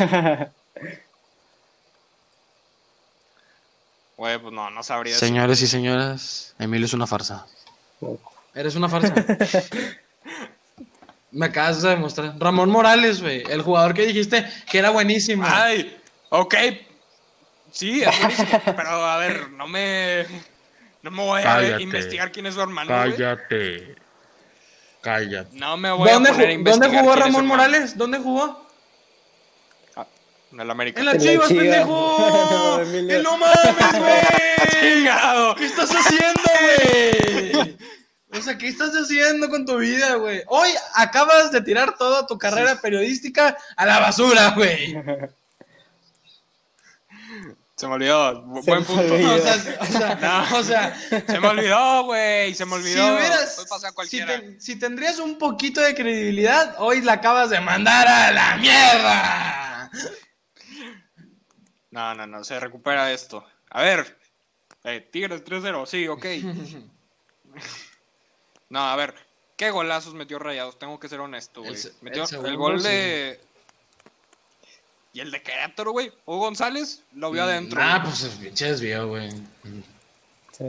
B: Güey, pues no, no sabría eso.
A: Señores y señoras, Emilio es una farsa. Eres una farsa. Me acabas de demostrar. Ramón Morales, güey. El jugador que dijiste que era buenísimo.
B: Ay, ok. Sí, es buenísimo. pero a ver, no me. No me voy a
D: Cállate.
B: investigar quién es su hermano. güey.
D: Cállate. Cállate.
B: No me voy
A: ¿Dónde,
B: a poner a
A: ju- ¿Dónde
B: investigar
A: jugó
B: quién es su
A: Ramón
B: hermano.
A: Morales? ¿Dónde jugó?
B: Ah, en el América.
A: En la
C: En la
A: Chivas,
C: Chivas.
A: pendejo.
C: No, Emilio.
A: ¡Eh, no mames, güey.
B: ¡Chingado!
A: ¿Qué estás haciendo, güey? O sea, ¿qué estás haciendo con tu vida, güey? Hoy acabas de tirar toda tu carrera periodística a la basura, güey.
B: Se me olvidó. Bu-
C: Se
B: Buen
C: me
B: punto.
C: olvidó.
A: O sea, o sea, o sea,
B: Se me olvidó, güey. Se me
A: si
B: olvidó.
A: hubieras,
B: Puede pasar a
A: si,
B: cualquiera.
A: ten- si tendrías un poquito de credibilidad, hoy la acabas de mandar a la mierda.
B: No, no, no. Se recupera esto. A ver. Eh, Tigres 3-0. Sí, ok. no, a ver. ¿Qué golazos metió Rayados? Tengo que ser honesto, güey.
A: El se-
B: Metió
A: el
B: el,
A: segundo,
B: gol
A: sí.
B: de... Y el de Querétaro, güey. Hugo González lo vio adentro.
A: Ah,
B: güey.
A: pues el pinche desvío, güey.
C: Sí.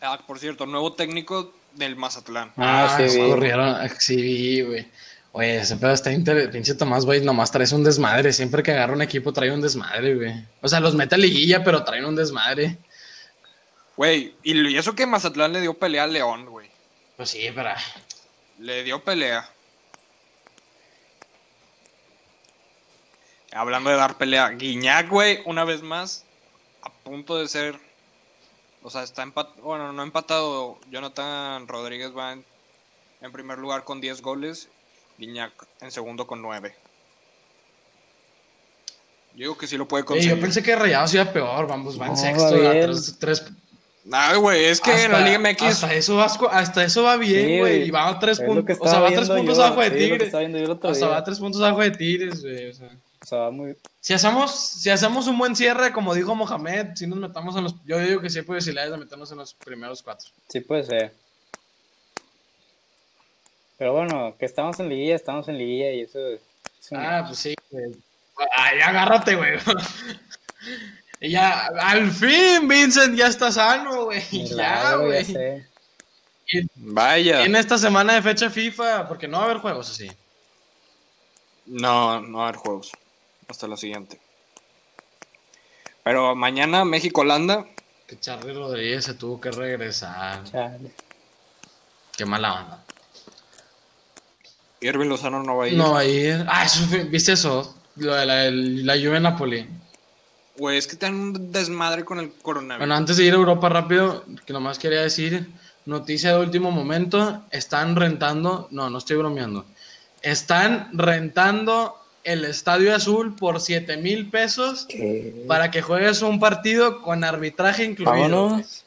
B: Ah, por cierto, nuevo técnico del Mazatlán.
C: Ah, sí,
A: se
C: vi.
A: corrieron. Sí, vi, güey. Oye, ese pedo está interesante. Pinche Tomás, güey, nomás traes un desmadre. Siempre que agarra un equipo trae un desmadre, güey. O sea, los mete a liguilla, pero traen un desmadre.
B: Güey, y y eso que Mazatlán le dio pelea a León, güey.
A: Pues sí, pero...
B: Le dio pelea. Hablando de dar pelea, Guiñac, güey, una vez más, a punto de ser. O sea, está empatado. Bueno, no empatado. Jonathan Rodríguez va en, en primer lugar con 10 goles. Guiñac en segundo con 9. Yo digo que sí lo puede
A: Ey,
B: conseguir.
A: eh, yo pensé que Rayados iba peor. Vamos, van
C: No,
A: sexto,
C: va
A: a
C: bien.
A: tres, tres
B: Ay, güey, es que en la
A: Hasta-
B: Liga MX.
A: Hasta eso, Vasco, hasta eso va bien,
C: Sí,
A: güey.
C: güey.
A: y va a tres
C: Es lo que
A: puntos. O sea,
C: estaba
A: va a tres
C: viendo
A: puntos
C: yo,
A: abajo de
C: sí, es lo que
A: Tigres.
C: estaba viendo yo el otro
A: O sea, va
C: día.
A: a tres puntos abajo de Tigres, güey. O sea,
C: O sea, va muy...
A: si hacemos, si hacemos un buen cierre, como dijo Mohamed, si nos metamos en los. Yo digo que sí hay posibilidades de meternos en los primeros cuatro.
C: Sí puede ser. Pero bueno, que estamos en liguilla, estamos en liguilla y eso es... es un-
A: Ah, pues sí, güey. Ay, agárrate, güey. Y ya, al fin, Vincent, ya está sano, güey. Ya,
C: milagro,
A: güey.
C: ya sé.
B: Vaya.
A: En esta semana de fecha FIFA, porque no va a haber juegos así.
B: No, no va a haber juegos. Hasta la siguiente. Pero mañana México-Holanda.
A: Que Charlie Rodríguez se tuvo que regresar.
C: Chale.
D: Qué mala onda.
B: Irving Lozano no va a ir.
A: No va a ir. Ah, eso fue- ¿viste eso? Lo de la, el- la Juve Napoli.
B: Güey, es que te dan un desmadre con el coronavirus.
A: Bueno, antes de ir a Europa rápido, que nomás quería decir, noticia de último momento, están rentando, no, no estoy bromeando, están rentando el Estadio Azul por 7 mil pesos
C: Que-
A: para que juegues un partido con arbitraje incluido.
C: Vámonos.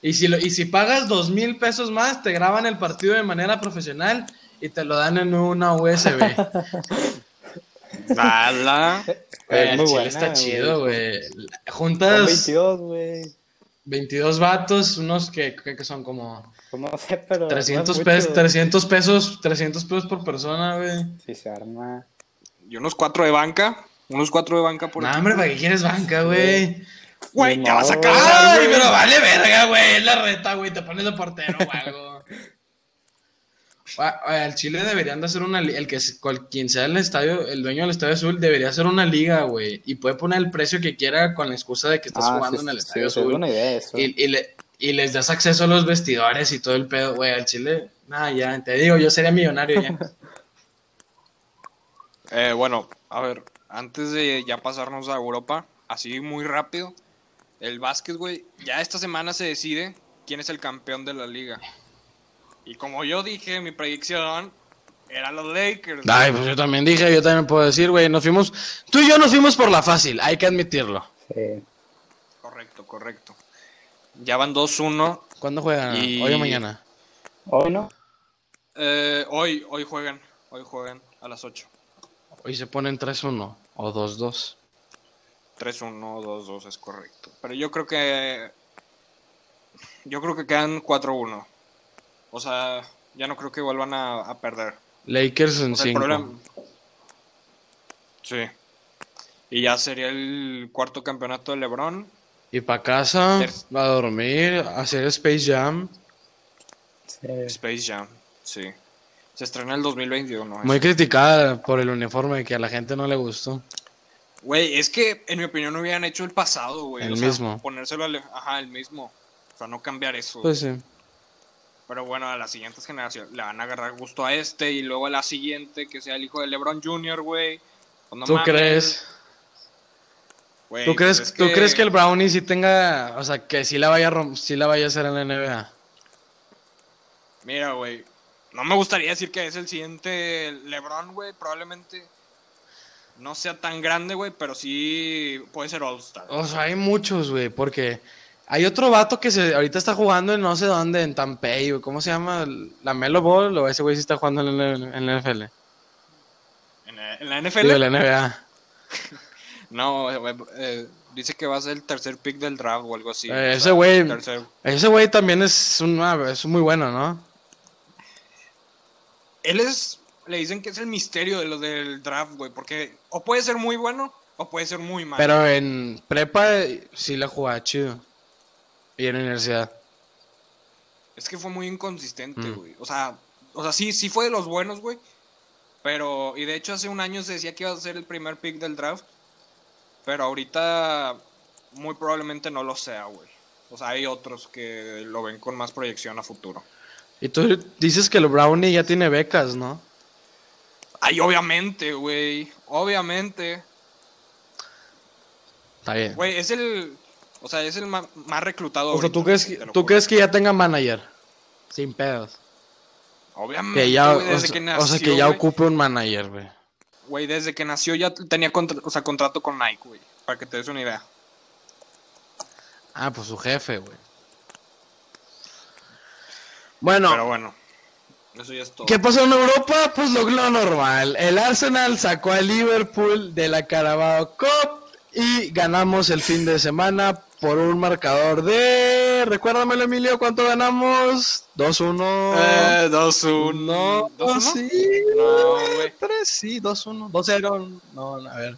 A: Y si, lo- y si pagas dos mil pesos más, te graban el partido de manera profesional y te lo dan en una USB.
B: Dala.
C: Güey,
A: Güey, al
C: muy
A: chile
C: buena,
A: Pues, está
C: güey.
A: chido, güey.
C: Son
A: Juntas
C: 22, güey.
A: 22 vatos, unos que, que- que son como
C: Pues No sé, pero. no es
A: 300
C: mucho.
A: pesos, 300 pesos, 300 pesos por persona, güey.
C: Sí, se arma.
B: Y unos cuatro de banca. Unos cuatro de banca por.
A: No, hombre, ¿para qué quieres banca, güey?
B: Güey, te vas a
C: No.
B: cagar,
A: ¡Ay,
B: güey.
A: pero vale verga, güey! Es la reta, güey, te pones de portero o algo. Ah, Al Chile deberían de hacer una li- el que se- cual- quien sea el estadio, el dueño del Estadio Azul debería hacer una liga, güey, y puede poner el precio que quiera con la excusa de que estás
C: Ah,
A: jugando
C: sí,
A: en el
C: sí,
A: Estadio
C: sí,
A: Azul.
C: Es una idea eso.
A: Y, y le- y les das acceso a los vestidores y todo el pedo, güey, al Chile. Nada, ya, te digo, yo sería millonario ya.
B: Eh, bueno, a ver, antes de ya pasarnos a Europa, así muy rápido, el básquet, güey, ya esta semana se decide quién es el campeón de la liga. Y como yo dije, mi predicción eran los Lakers. güey.
A: Ay, pues yo también dije, yo también puedo decir, güey, nos fuimos, tú y yo nos fuimos por la fácil, hay que admitirlo.
C: Sí.
B: Correcto, correcto. Ya van 2-1.
A: ¿Cuándo juegan?
B: Y-
A: Hoy o mañana.
C: Hoy no.
B: Eh, hoy, hoy juegan, hoy juegan a las 8.
A: Hoy se ponen 3-1 o 2-2.
B: 3-1, 2-2 es correcto. Pero yo creo que. Yo creo que quedan 4-1. O sea, ya no creo que vuelvan a, a perder.
A: Lakers en
B: O sea, el
A: 5.
B: problema. Sí. Y ya sería el cuarto campeonato de LeBron.
A: Y para casa,
B: Ter- Pues
A: va a dormir, a hacer Space Jam.
C: Sí.
B: Space Jam, sí. Se estrena el 2021.
A: Muy
B: eso.
A: criticada por el uniforme que a la gente no le gustó.
B: Güey, es que en mi opinión no hubieran hecho el pasado, güey.
A: El
B: O sea,
A: mismo.
B: ponérselo al. Ajá, el mismo. O sea, no cambiar eso.
A: Pues sí.
B: Pero bueno, a las siguientes generaciones le van a agarrar gusto a este y luego a la siguiente, que sea el hijo de LeBron Jr., güey. Pues no
A: ¿Tú
B: mames,
A: crees?
B: güey,
A: ¿Tú crees,
B: pues es
A: tú crees que el Brownie sí tenga, o sea, que sí la vaya a, rom- sí la vaya a hacer en la NBA?
B: Mira, güey. No me gustaría decir que es el siguiente LeBron, güey. Probablemente no sea tan grande, güey, pero sí puede ser All-Star.
A: O sea, hay muchos, güey, porque hay otro vato que se ahorita está jugando en no sé dónde, en Tampey, güey, ¿cómo se llama? ¿La Melo Ball o ese güey sí está jugando en la, en la NFL?
B: En, la- en la
A: Digo, en
B: NFL.
A: la NBA.
B: No, güey, eh, dice que va a ser el tercer pick del draft o algo así.
A: Eh,
B: O sea,
A: ese güey-
B: tercer-
A: Ese güey también es, una, es muy bueno, ¿no?
B: Él es, le dicen que es el misterio de lo del draft, güey, porque o puede ser muy bueno o puede ser muy malo.
A: Pero en prepa eh, sí la jugaba chido. Y en universidad.
B: Es que fue muy inconsistente,
A: Mm.
B: güey. O sea, o sea, sí, sí fue de los buenos, güey. Pero, y de hecho hace un año se decía que iba a ser el primer pick del draft. Pero ahorita muy probablemente no lo sea, güey. O sea, hay otros que lo ven con más proyección a futuro.
A: Y tú dices que el Brownie ya tiene becas, ¿no?
B: Ay, obviamente, güey. Obviamente.
A: Está bien.
B: Güey, es el. O sea, es el ma- más reclutado.
A: O sea, ¿tú crees, que,
B: te lo
A: ¿tú
B: juro.
A: crees que ya tenga manager? Sin pedos.
B: Obviamente.
A: Que ya,
B: Mm, güey,
A: o,
B: desde
A: sea,
B: que
A: o
B: nació.
A: sea, que ya
B: güey.
A: ocupe un manager, güey.
B: Güey, desde que nació ya tenía contra- o sea, contrato con Nike, güey. Para que te des una idea.
A: Ah, pues su jefe, güey. Bueno,
B: Pero bueno. Eh, Eso ya es todo.
A: ¿qué pasó en Europa? Pues lo, lo normal. El Arsenal sacó a Liverpool de la Carabao Cup y ganamos el fin de semana por un marcador de... Recuérdamelo, Emilio, ¿cuánto ganamos?
B: Eh,
A: 2-1.
B: 2-1.
A: no, sí.
B: No, güey.
A: 3, sí, 2-1. 2-0. No, a ver.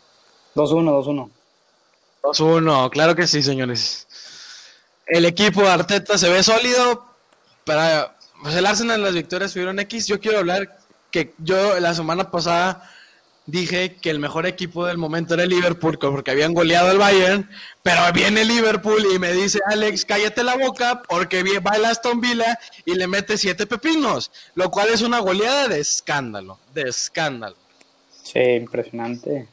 C: 2-1, 2-1.
A: 2-1, claro que sí, señores. El equipo de Arteta se ve sólido. Para, pues el Arsenal las victorias subieron X. Yo quiero hablar que yo la semana pasada dije que el mejor equipo del momento era el Liverpool porque habían goleado al Bayern, pero viene Liverpool y me dice, Alex, cállate la boca porque vi- va el Aston Villa y le mete siete pepinos, lo cual es una goleada de escándalo, de escándalo.
C: Sí, impresionante.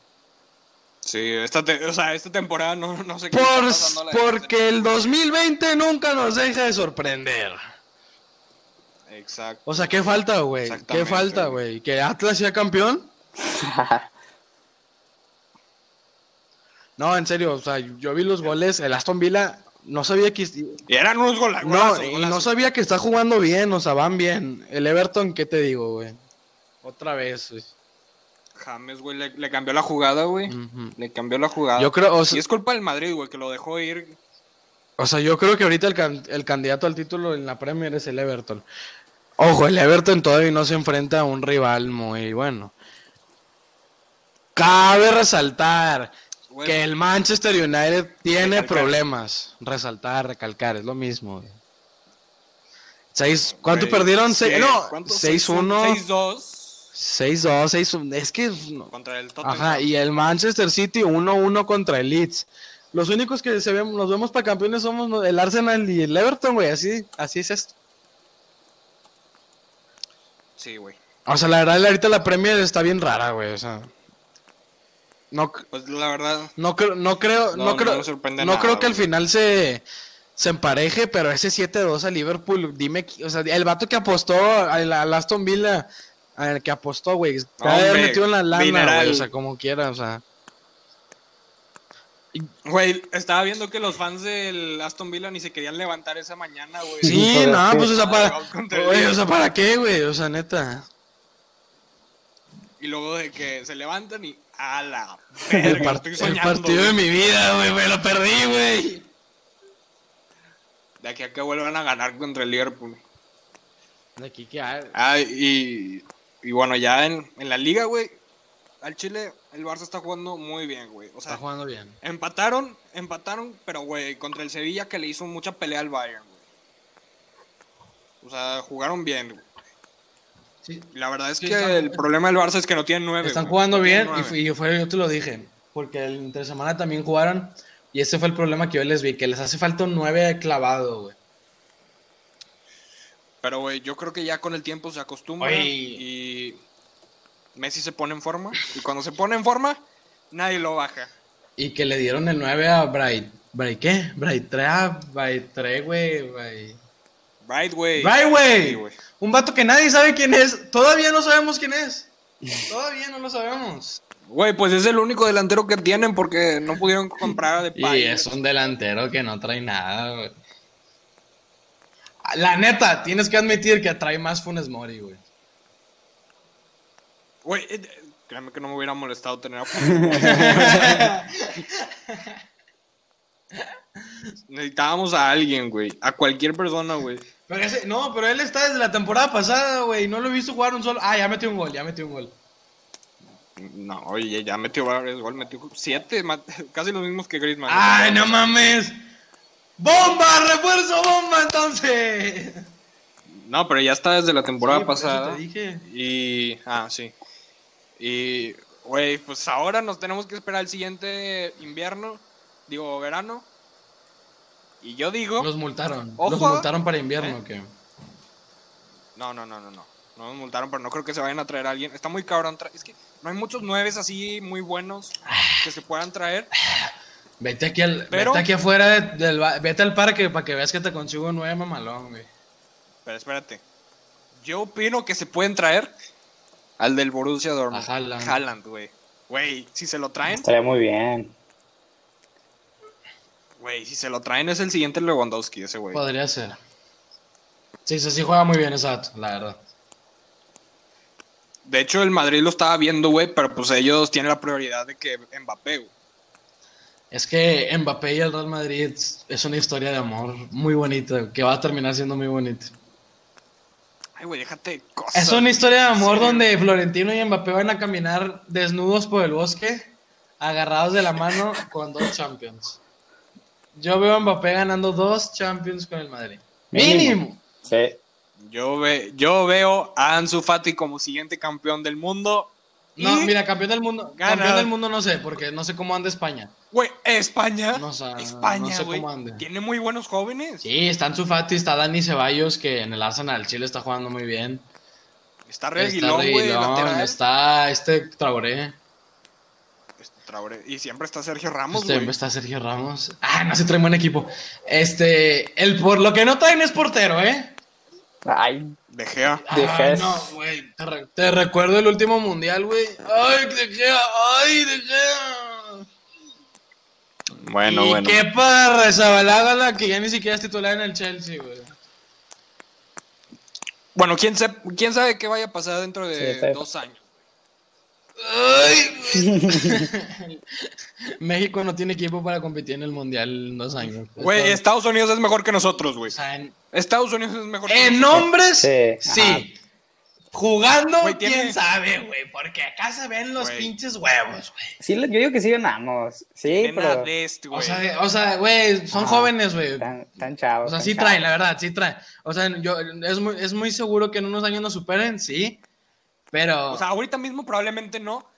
B: Sí, esta, te- o sea, esta temporada no, no sé qué está
A: Por,
B: pasando a la gente.
A: porque el 2020 nunca nos deja de sorprender.
B: Exacto.
A: O sea, ¿qué falta, güey? ¿Qué
B: Exactamente,
A: falta,
B: güey.
A: güey? ¿Que Atlas sea campeón? No, en serio, o sea, yo vi los goles, el Aston Villa, no sabía que...
B: Y eran unos gola- golazos.
A: No, y
B: golazos.
A: no sabía que está jugando bien, o sea, van bien. El Everton, ¿qué te digo, güey? Otra vez, güey.
B: James, güey, le, le cambió la jugada, güey.
A: Ujú.
B: Le cambió la jugada.
A: Mm. Yo creo, o
B: Ah, Y
A: sea,
B: es culpa del Madrid, güey, que lo dejó ir.
A: o sea, yo creo que ahorita el, can- el candidato al título en la Premier es el Everton. Ojo, el Everton todavía no se enfrenta a un rival muy bueno. Cabe resaltar
B: güey.
A: que el Manchester United tiene
B: Recalcar.
A: problemas. Resaltar, recalcar, es lo mismo. güey. Seis, ¿Cuánto
B: Güey,
A: perdieron? Se-
B: sí,
A: no,
B: ¿cuánto?
A: 6-1.
B: 6-2
A: 6-2, 6-1. Es que. no.
B: contra el Tottenham.
A: Ajá, y el Manchester City 1-1 contra el Leeds. Los únicos que se ven- nos vemos para campeones somos no- el Arsenal y el Everton, güey. Así, así es esto.
B: Sí, güey.
A: O sea, la verdad, ahorita la Premier está bien rara, güey. O sea. No, c-
B: Pues la verdad,
A: no, creo- no creo,
B: No,
A: no, creo,
B: no me sorprende
A: no
B: nada,
A: creo que al
B: güey.
A: final se, se empareje, pero ese 7-2 a Liverpool, dime, qui- o sea, el vato que apostó al, al Aston Villa, al que apostó, güey, cada vez
B: Hombre,
A: metido en la lana,
B: dineral.
A: güey, o sea, como quiera, o sea.
B: güey, estaba viendo que los fans del Aston Villa ni se querían levantar esa mañana, güey.
A: Sí,
C: Pues,
A: no,
C: sí.
A: pues o sea, para,
B: Contra el
A: oye,
B: Liverpool.
A: o sea, ¿para qué, güey? O sea, neta.
B: Y luego de que se levantan y a la
A: El,
B: verga,
A: par-
B: estoy
A: el
B: soñando.
A: partido de
B: güey.
A: mi vida, güey, me lo perdí, güey.
B: De aquí a que vuelvan a ganar contra el Liverpool.
A: De aquí que hay.
B: Ah, y, y bueno, ya en, en la liga, güey, al Chile el Barça está jugando muy bien, güey. O sea,
A: Está jugando bien.
B: empataron, empataron, pero, güey, contra el Sevilla que le hizo mucha pelea al Bayern, güey. O sea, jugaron bien, güey.
A: Sí.
B: La verdad es
A: Sí,
B: que
A: están-
B: el problema del Barça es que no tiene nueve.
A: Están
B: güey.
A: jugando
B: No tiene
A: bien y,
B: nueve.
A: fue- y fue- yo te lo dije, porque el entre semana también jugaron y ese fue el problema que yo les vi, que les hace falta un 9 clavado, güey.
B: Pero, güey, yo creo que ya con el tiempo se acostumbra
A: Oye.
B: y Messi se pone en forma. Y cuando se pone en forma, nadie lo baja.
A: Y que le dieron el 9 a Bright, Bright ¿qué? Bright 3, Bright 3, güey, Bright.
B: Right, güey.
A: Bright,
B: Sí,
A: güey.
B: güey.
A: Un vato que nadie sabe quién es, todavía no sabemos quién es. Todavía no lo sabemos.
B: Güey, pues es el único delantero que tienen porque no pudieron comprar a de
A: Y es un delantero que no trae nada, güey. Ah, La neta, tienes que admitir que atrae más Funes Mori, güey.
B: Güey, eh, eh, créeme que no me hubiera molestado tener a Necesitábamos a alguien, güey. A cualquier persona, güey.
A: Pero ese- no, pero él está desde la temporada pasada, güey. No lo he visto jugar un solo. Ah, ya metió un gol, ya metió un gol.
B: No, oye, ya metió varios goles, metió siete, ma- casi los mismos que Griezmann.
A: ¡Ay, no mames! ¡Bomba! ¡Refuerzo bomba entonces!
B: No, pero ya está desde la temporada
A: Sí, por eso
B: pasada.
A: te dije.
B: Y. Ah, sí. Y. Güey, pues ahora nos tenemos que esperar el siguiente invierno. Digo, verano. Y yo digo.
A: Los multaron. Los
B: Ojo.
A: multaron para invierno, ¿qué?
B: No, no, no, no, no. No nos multaron, pero no creo que se vayan a traer a alguien. Está muy cabrón. tra- Es que no hay muchos nueves así muy buenos que se puedan traer.
A: Vete aquí, al,
B: Pero-
A: vete aquí afuera de- del. ba- Vete al parque para que veas que te consigo un nueve mamalón, güey.
B: Pero espérate. Yo opino que se pueden traer al del Borussia Dortmund.
A: A Haaland.
B: Haaland, güey. Güey, si se lo traen,
C: Estaría muy bien.
B: güey, si se lo traen es el siguiente Lewandowski ese güey.
A: Podría ser. Sí, sí, sí juega muy bien ese vato, la verdad.
B: De hecho, el Madrid lo estaba viendo, güey, pero pues ellos tienen la prioridad de que Mbappé, güey.
A: Es que Mbappé y el Real Madrid es una historia de amor muy bonita, que va a terminar siendo muy bonita.
B: Ay, güey, déjate de cosas.
A: Es una historia de amor
B: Sí.
A: donde Florentino y Mbappé van a caminar desnudos por el bosque, agarrados de la mano con dos Champions. Yo veo a Mbappé ganando dos Champions con el Madrid. Mínimo.
C: Sí.
B: Yo, ve, yo veo a Ansu Fati como siguiente campeón del mundo
A: No,
B: Y-
A: mira, campeón del mundo.
B: Gana.
A: Campeón del mundo no sé, porque no sé cómo anda España.
B: Güey, España.
A: No, o sea, no
B: España,
A: sé
B: güey.
A: cómo ande.
B: Tiene muy buenos jóvenes.
A: Sí, están Sufati, está Dani Ceballos, que en el Arsenal Chile está jugando muy bien.
B: Está
A: Está
B: Reguilón, güey,
A: Reguilón,
B: lateral.
A: está este Traoré,
B: Este, Traoré. Y siempre está Sergio Ramos,
A: este,
B: güey.
A: está Sergio Ramos. Ah, no se trae buen equipo. Este, el por lo que no traen es portero, ¿eh?
C: Ay,
B: De Gea.
A: Ah,
C: De Gea es-
A: no, güey. Te, re- te recuerdo el último mundial, güey. Ay, de Gea, ay, de Gea.
B: Bueno,
A: y
B: bueno.
A: qué para Rezabalaga, la que ya ni siquiera es titular en el Chelsea, güey.
B: Bueno, ¿quién, se- quién sabe qué vaya a pasar dentro
C: Sí,
B: de
C: está-
B: dos años.
A: Ay, güey. México no tiene equipo para competir en el mundial en dos años.
B: Güey, este-
A: Esto-
B: Estados Unidos es mejor que nosotros, güey.
A: o sea, en,
B: Estados Unidos es mejor que
A: en
B: nosotros.
A: nombres, sí.
C: Sí,
A: Jugando,
B: Güey, tiene-
A: quién sabe, güey. Porque acá se ven los
B: Güey.
A: pinches huevos, güey.
C: sí, yo digo que sí ganamos. Sí,
B: Ven a
C: pero
B: Dest, este, güey.
A: O sea, o sea, güey, son
C: Ah,
A: jóvenes, güey.
C: tan, tan chavos.
A: O sea,
C: tan
A: sí
C: chavos.
A: traen, la verdad, sí traen. O sea, yo, es, muy, es muy seguro que en unos años nos superen, sí. Pero,
B: O sea, ahorita mismo probablemente no,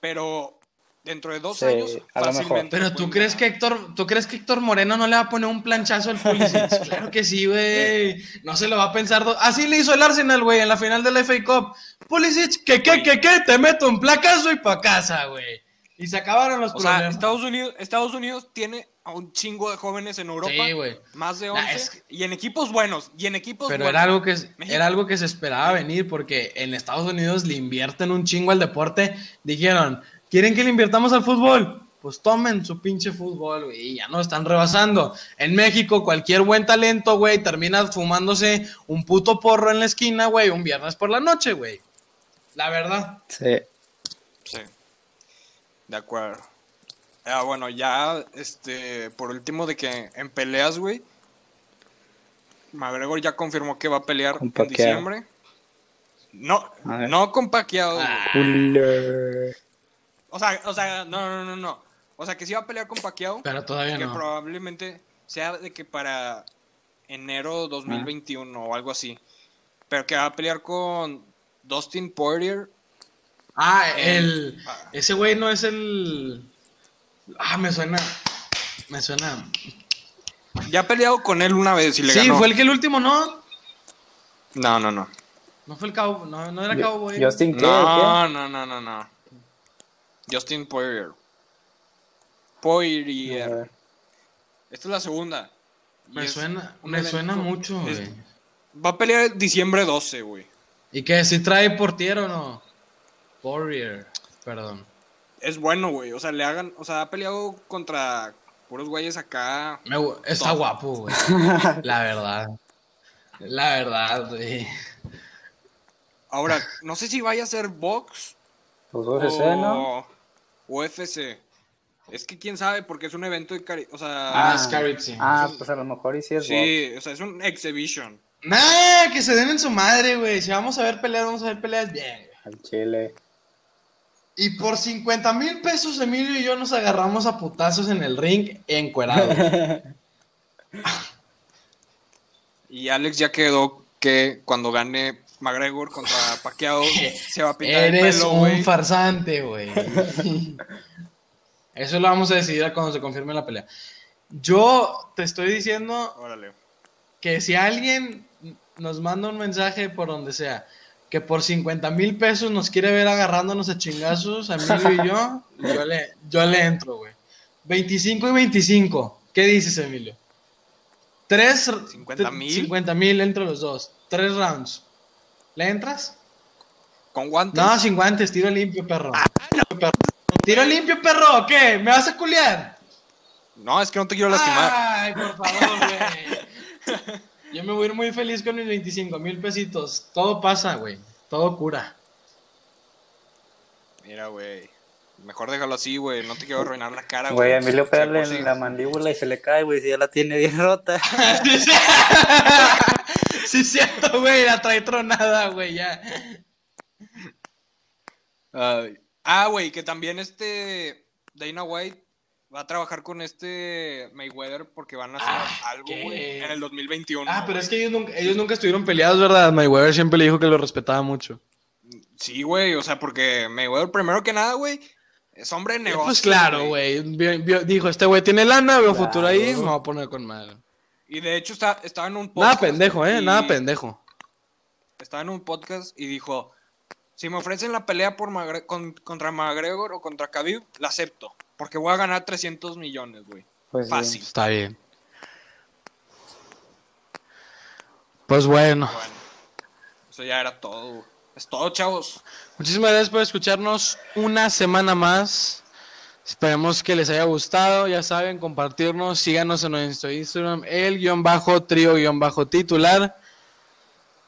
B: pero dentro de dos
C: Sí,
B: años
C: a lo mejor.
B: fácilmente.
A: pero ¿tú
B: pueden
A: crees que
B: ganar.
A: Héctor, tú crees que Héctor Moreno no le va a poner un planchazo al Pulisic? claro que sí, güey. No se lo va a pensar. do- Así le hizo el Arsenal, güey, en la final del FA Cup. Pulisic, que qué, que qué, te meto un placazo y pa casa, güey. Y se acabaron los
B: O sea,
A: problemas.
B: Estados Unidos, Estados Unidos tiene a un chingo de jóvenes en Europa.
A: Sí, güey.
B: Más de
A: Nah,
B: 11.
A: es que-
B: Y en equipos buenos. Y en equipos
A: Pero
B: buenos.
A: era algo que
B: Pues México.
A: era algo que se esperaba venir porque en Estados Unidos le invierten un chingo al deporte. Dijeron, ¿quieren que le invirtamos al fútbol? Pues tomen su pinche fútbol, güey, y ya no están rebasando. En México, cualquier buen talento, güey, termina fumándose un puto porro en la esquina, güey, un viernes por la noche, güey. La verdad.
C: Sí.
B: Sí. De acuerdo. Ah, bueno, ya, este, por último, de que en peleas, güey. McGregor ya confirmó que va a pelear
C: Con
B: en
C: Pacquiao.
B: diciembre. No,
C: A ver.
B: no con Pacquiao.
A: Ah,
B: güey.
C: Cooler.
B: O sea, o sea, no, no, no, no. O sea, que sí va a pelear con Pacquiao.
A: Pero todavía
B: que
A: no.
B: probablemente sea de que para enero 2021 o algo así. Pero que va a pelear con Dustin Poirier.
A: Ah, el
B: Ah.
A: ese güey no es el Ah, me suena. Me suena.
B: Ya ha peleado con él una vez y le
A: Sí,
B: ganó.
A: fue el que el último no
B: No, no, no.
A: No fue el cowboy, no, no era
C: Yo-
A: cowboy.
C: Justin, ¿qué?
B: No, no, no, no, no. Justin Poirier.
C: ¿Qué?
B: Poirier.
C: A ver.
B: Esta es la segunda. Y
A: Me
B: es
A: suena,
B: un
A: me
B: evento- Este-
A: suena mucho,
B: es-
A: güey.
B: Va a pelear diciembre 12, güey.
A: ¿Y qué? ¿Si trae portiero o no? Warrior, perdón.
B: Es bueno, güey. O sea, le hagan. O sea, ha peleado contra puros güeyes acá.
A: Me gu- está
B: Top.
A: guapo, güey. La verdad. La verdad, güey.
B: Ahora, no sé si vaya a ser box
C: Pues
B: o
C: UFC, ¿no?
B: UFC. Es que quién sabe, porque es un evento de cari- O sea,
A: Ah, Scarlett, sí.
C: Ah, pues a lo mejor y sí es box.
B: sí, o sea, es un exhibition.
A: Nah, que se den en su madre, güey. Si vamos a ver peleas, vamos a ver peleas bien, güey.
C: Al chile.
A: Y por 50 mil pesos, Emilio y yo nos agarramos a putazos en el ring encuerados.
B: Y Alex ya quedó que cuando gane McGregor contra Pacquiao se va a pintar el
A: Eres
B: pelo,
A: un
B: güey.
A: farsante, güey. Eso lo vamos a decidir cuando se confirme la pelea. Yo te estoy diciendo
B: Órale.
A: que si alguien nos manda un mensaje por donde sea, que por 50 mil pesos nos quiere ver agarrándonos a chingazos, Emilio y yo, yo le, yo le entro, güey. 25 y 25. ¿Qué dices, Emilio? Tres.
B: 50,000.
A: 50 mil entre los dos. Tres rounds. ¿Le entras?
B: Con guantes.
A: No, sin guantes, tiro limpio, perro. Perro. Tiro limpio, perro, ¿o ¿qué? ¿Me vas a culiar?
B: No, es que no te quiero
C: Ah.
B: lastimar.
A: Ay, por favor, güey. Yo me voy a ir muy feliz con mis 25 mil pesitos. Todo pasa, güey. Todo cura.
B: Mira, güey. Mejor déjalo así, güey. No te quiero arruinar la cara, Ah, güey.
C: Güey, a Emilio pegarle
B: Sí,
C: en la mandíbula y se le cae, güey, si ya la tiene bien rota.
A: Sí, sí. Sí, es cierto, güey. La trae tronada, güey, ya.
B: Ay. Ah, güey, que también este Dana White va a trabajar con este Mayweather porque van a hacer
A: Ah,
B: algo,
A: ¿qué?
B: güey, en el 2021.
A: Ah, pero
B: güey.
A: es que ellos nunca, ellos nunca estuvieron peleados, ¿verdad? Mayweather siempre le dijo que lo respetaba mucho.
B: Sí, güey, o sea, porque Mayweather, primero que nada, güey, es hombre de negocio.
A: Pues claro, güey. Vio- vio- Dijo, este güey tiene lana, veo
C: Claro.
A: futuro ahí, me voy a poner con madre.
B: Y de hecho está, estaba en un
A: Nada pendejo, eh,
B: y-
A: nada pendejo.
B: Estaba en un podcast y dijo, si me ofrecen la pelea por Magre- con- contra McGregor o contra Khabib, la acepto, porque voy a ganar 300 millones, güey.
C: Pues sí.
B: Fácil.
A: Está bien. Pues bueno.
B: Bueno, eso ya era todo. güey. Es todo, chavos.
A: Muchísimas gracias por escucharnos una semana más. Esperemos que les haya gustado. Ya saben, compartirnos, síganos en nuestro Instagram, el guión bajo trío guión bajo titular.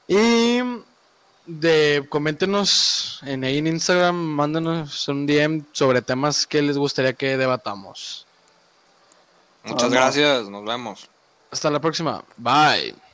A: Y de coméntenos en ahí en Instagram, mándenos un DM sobre temas que les gustaría que debatamos.
B: Muchas
C: Vamos.
B: gracias, nos vemos.
A: Hasta la próxima. Bye.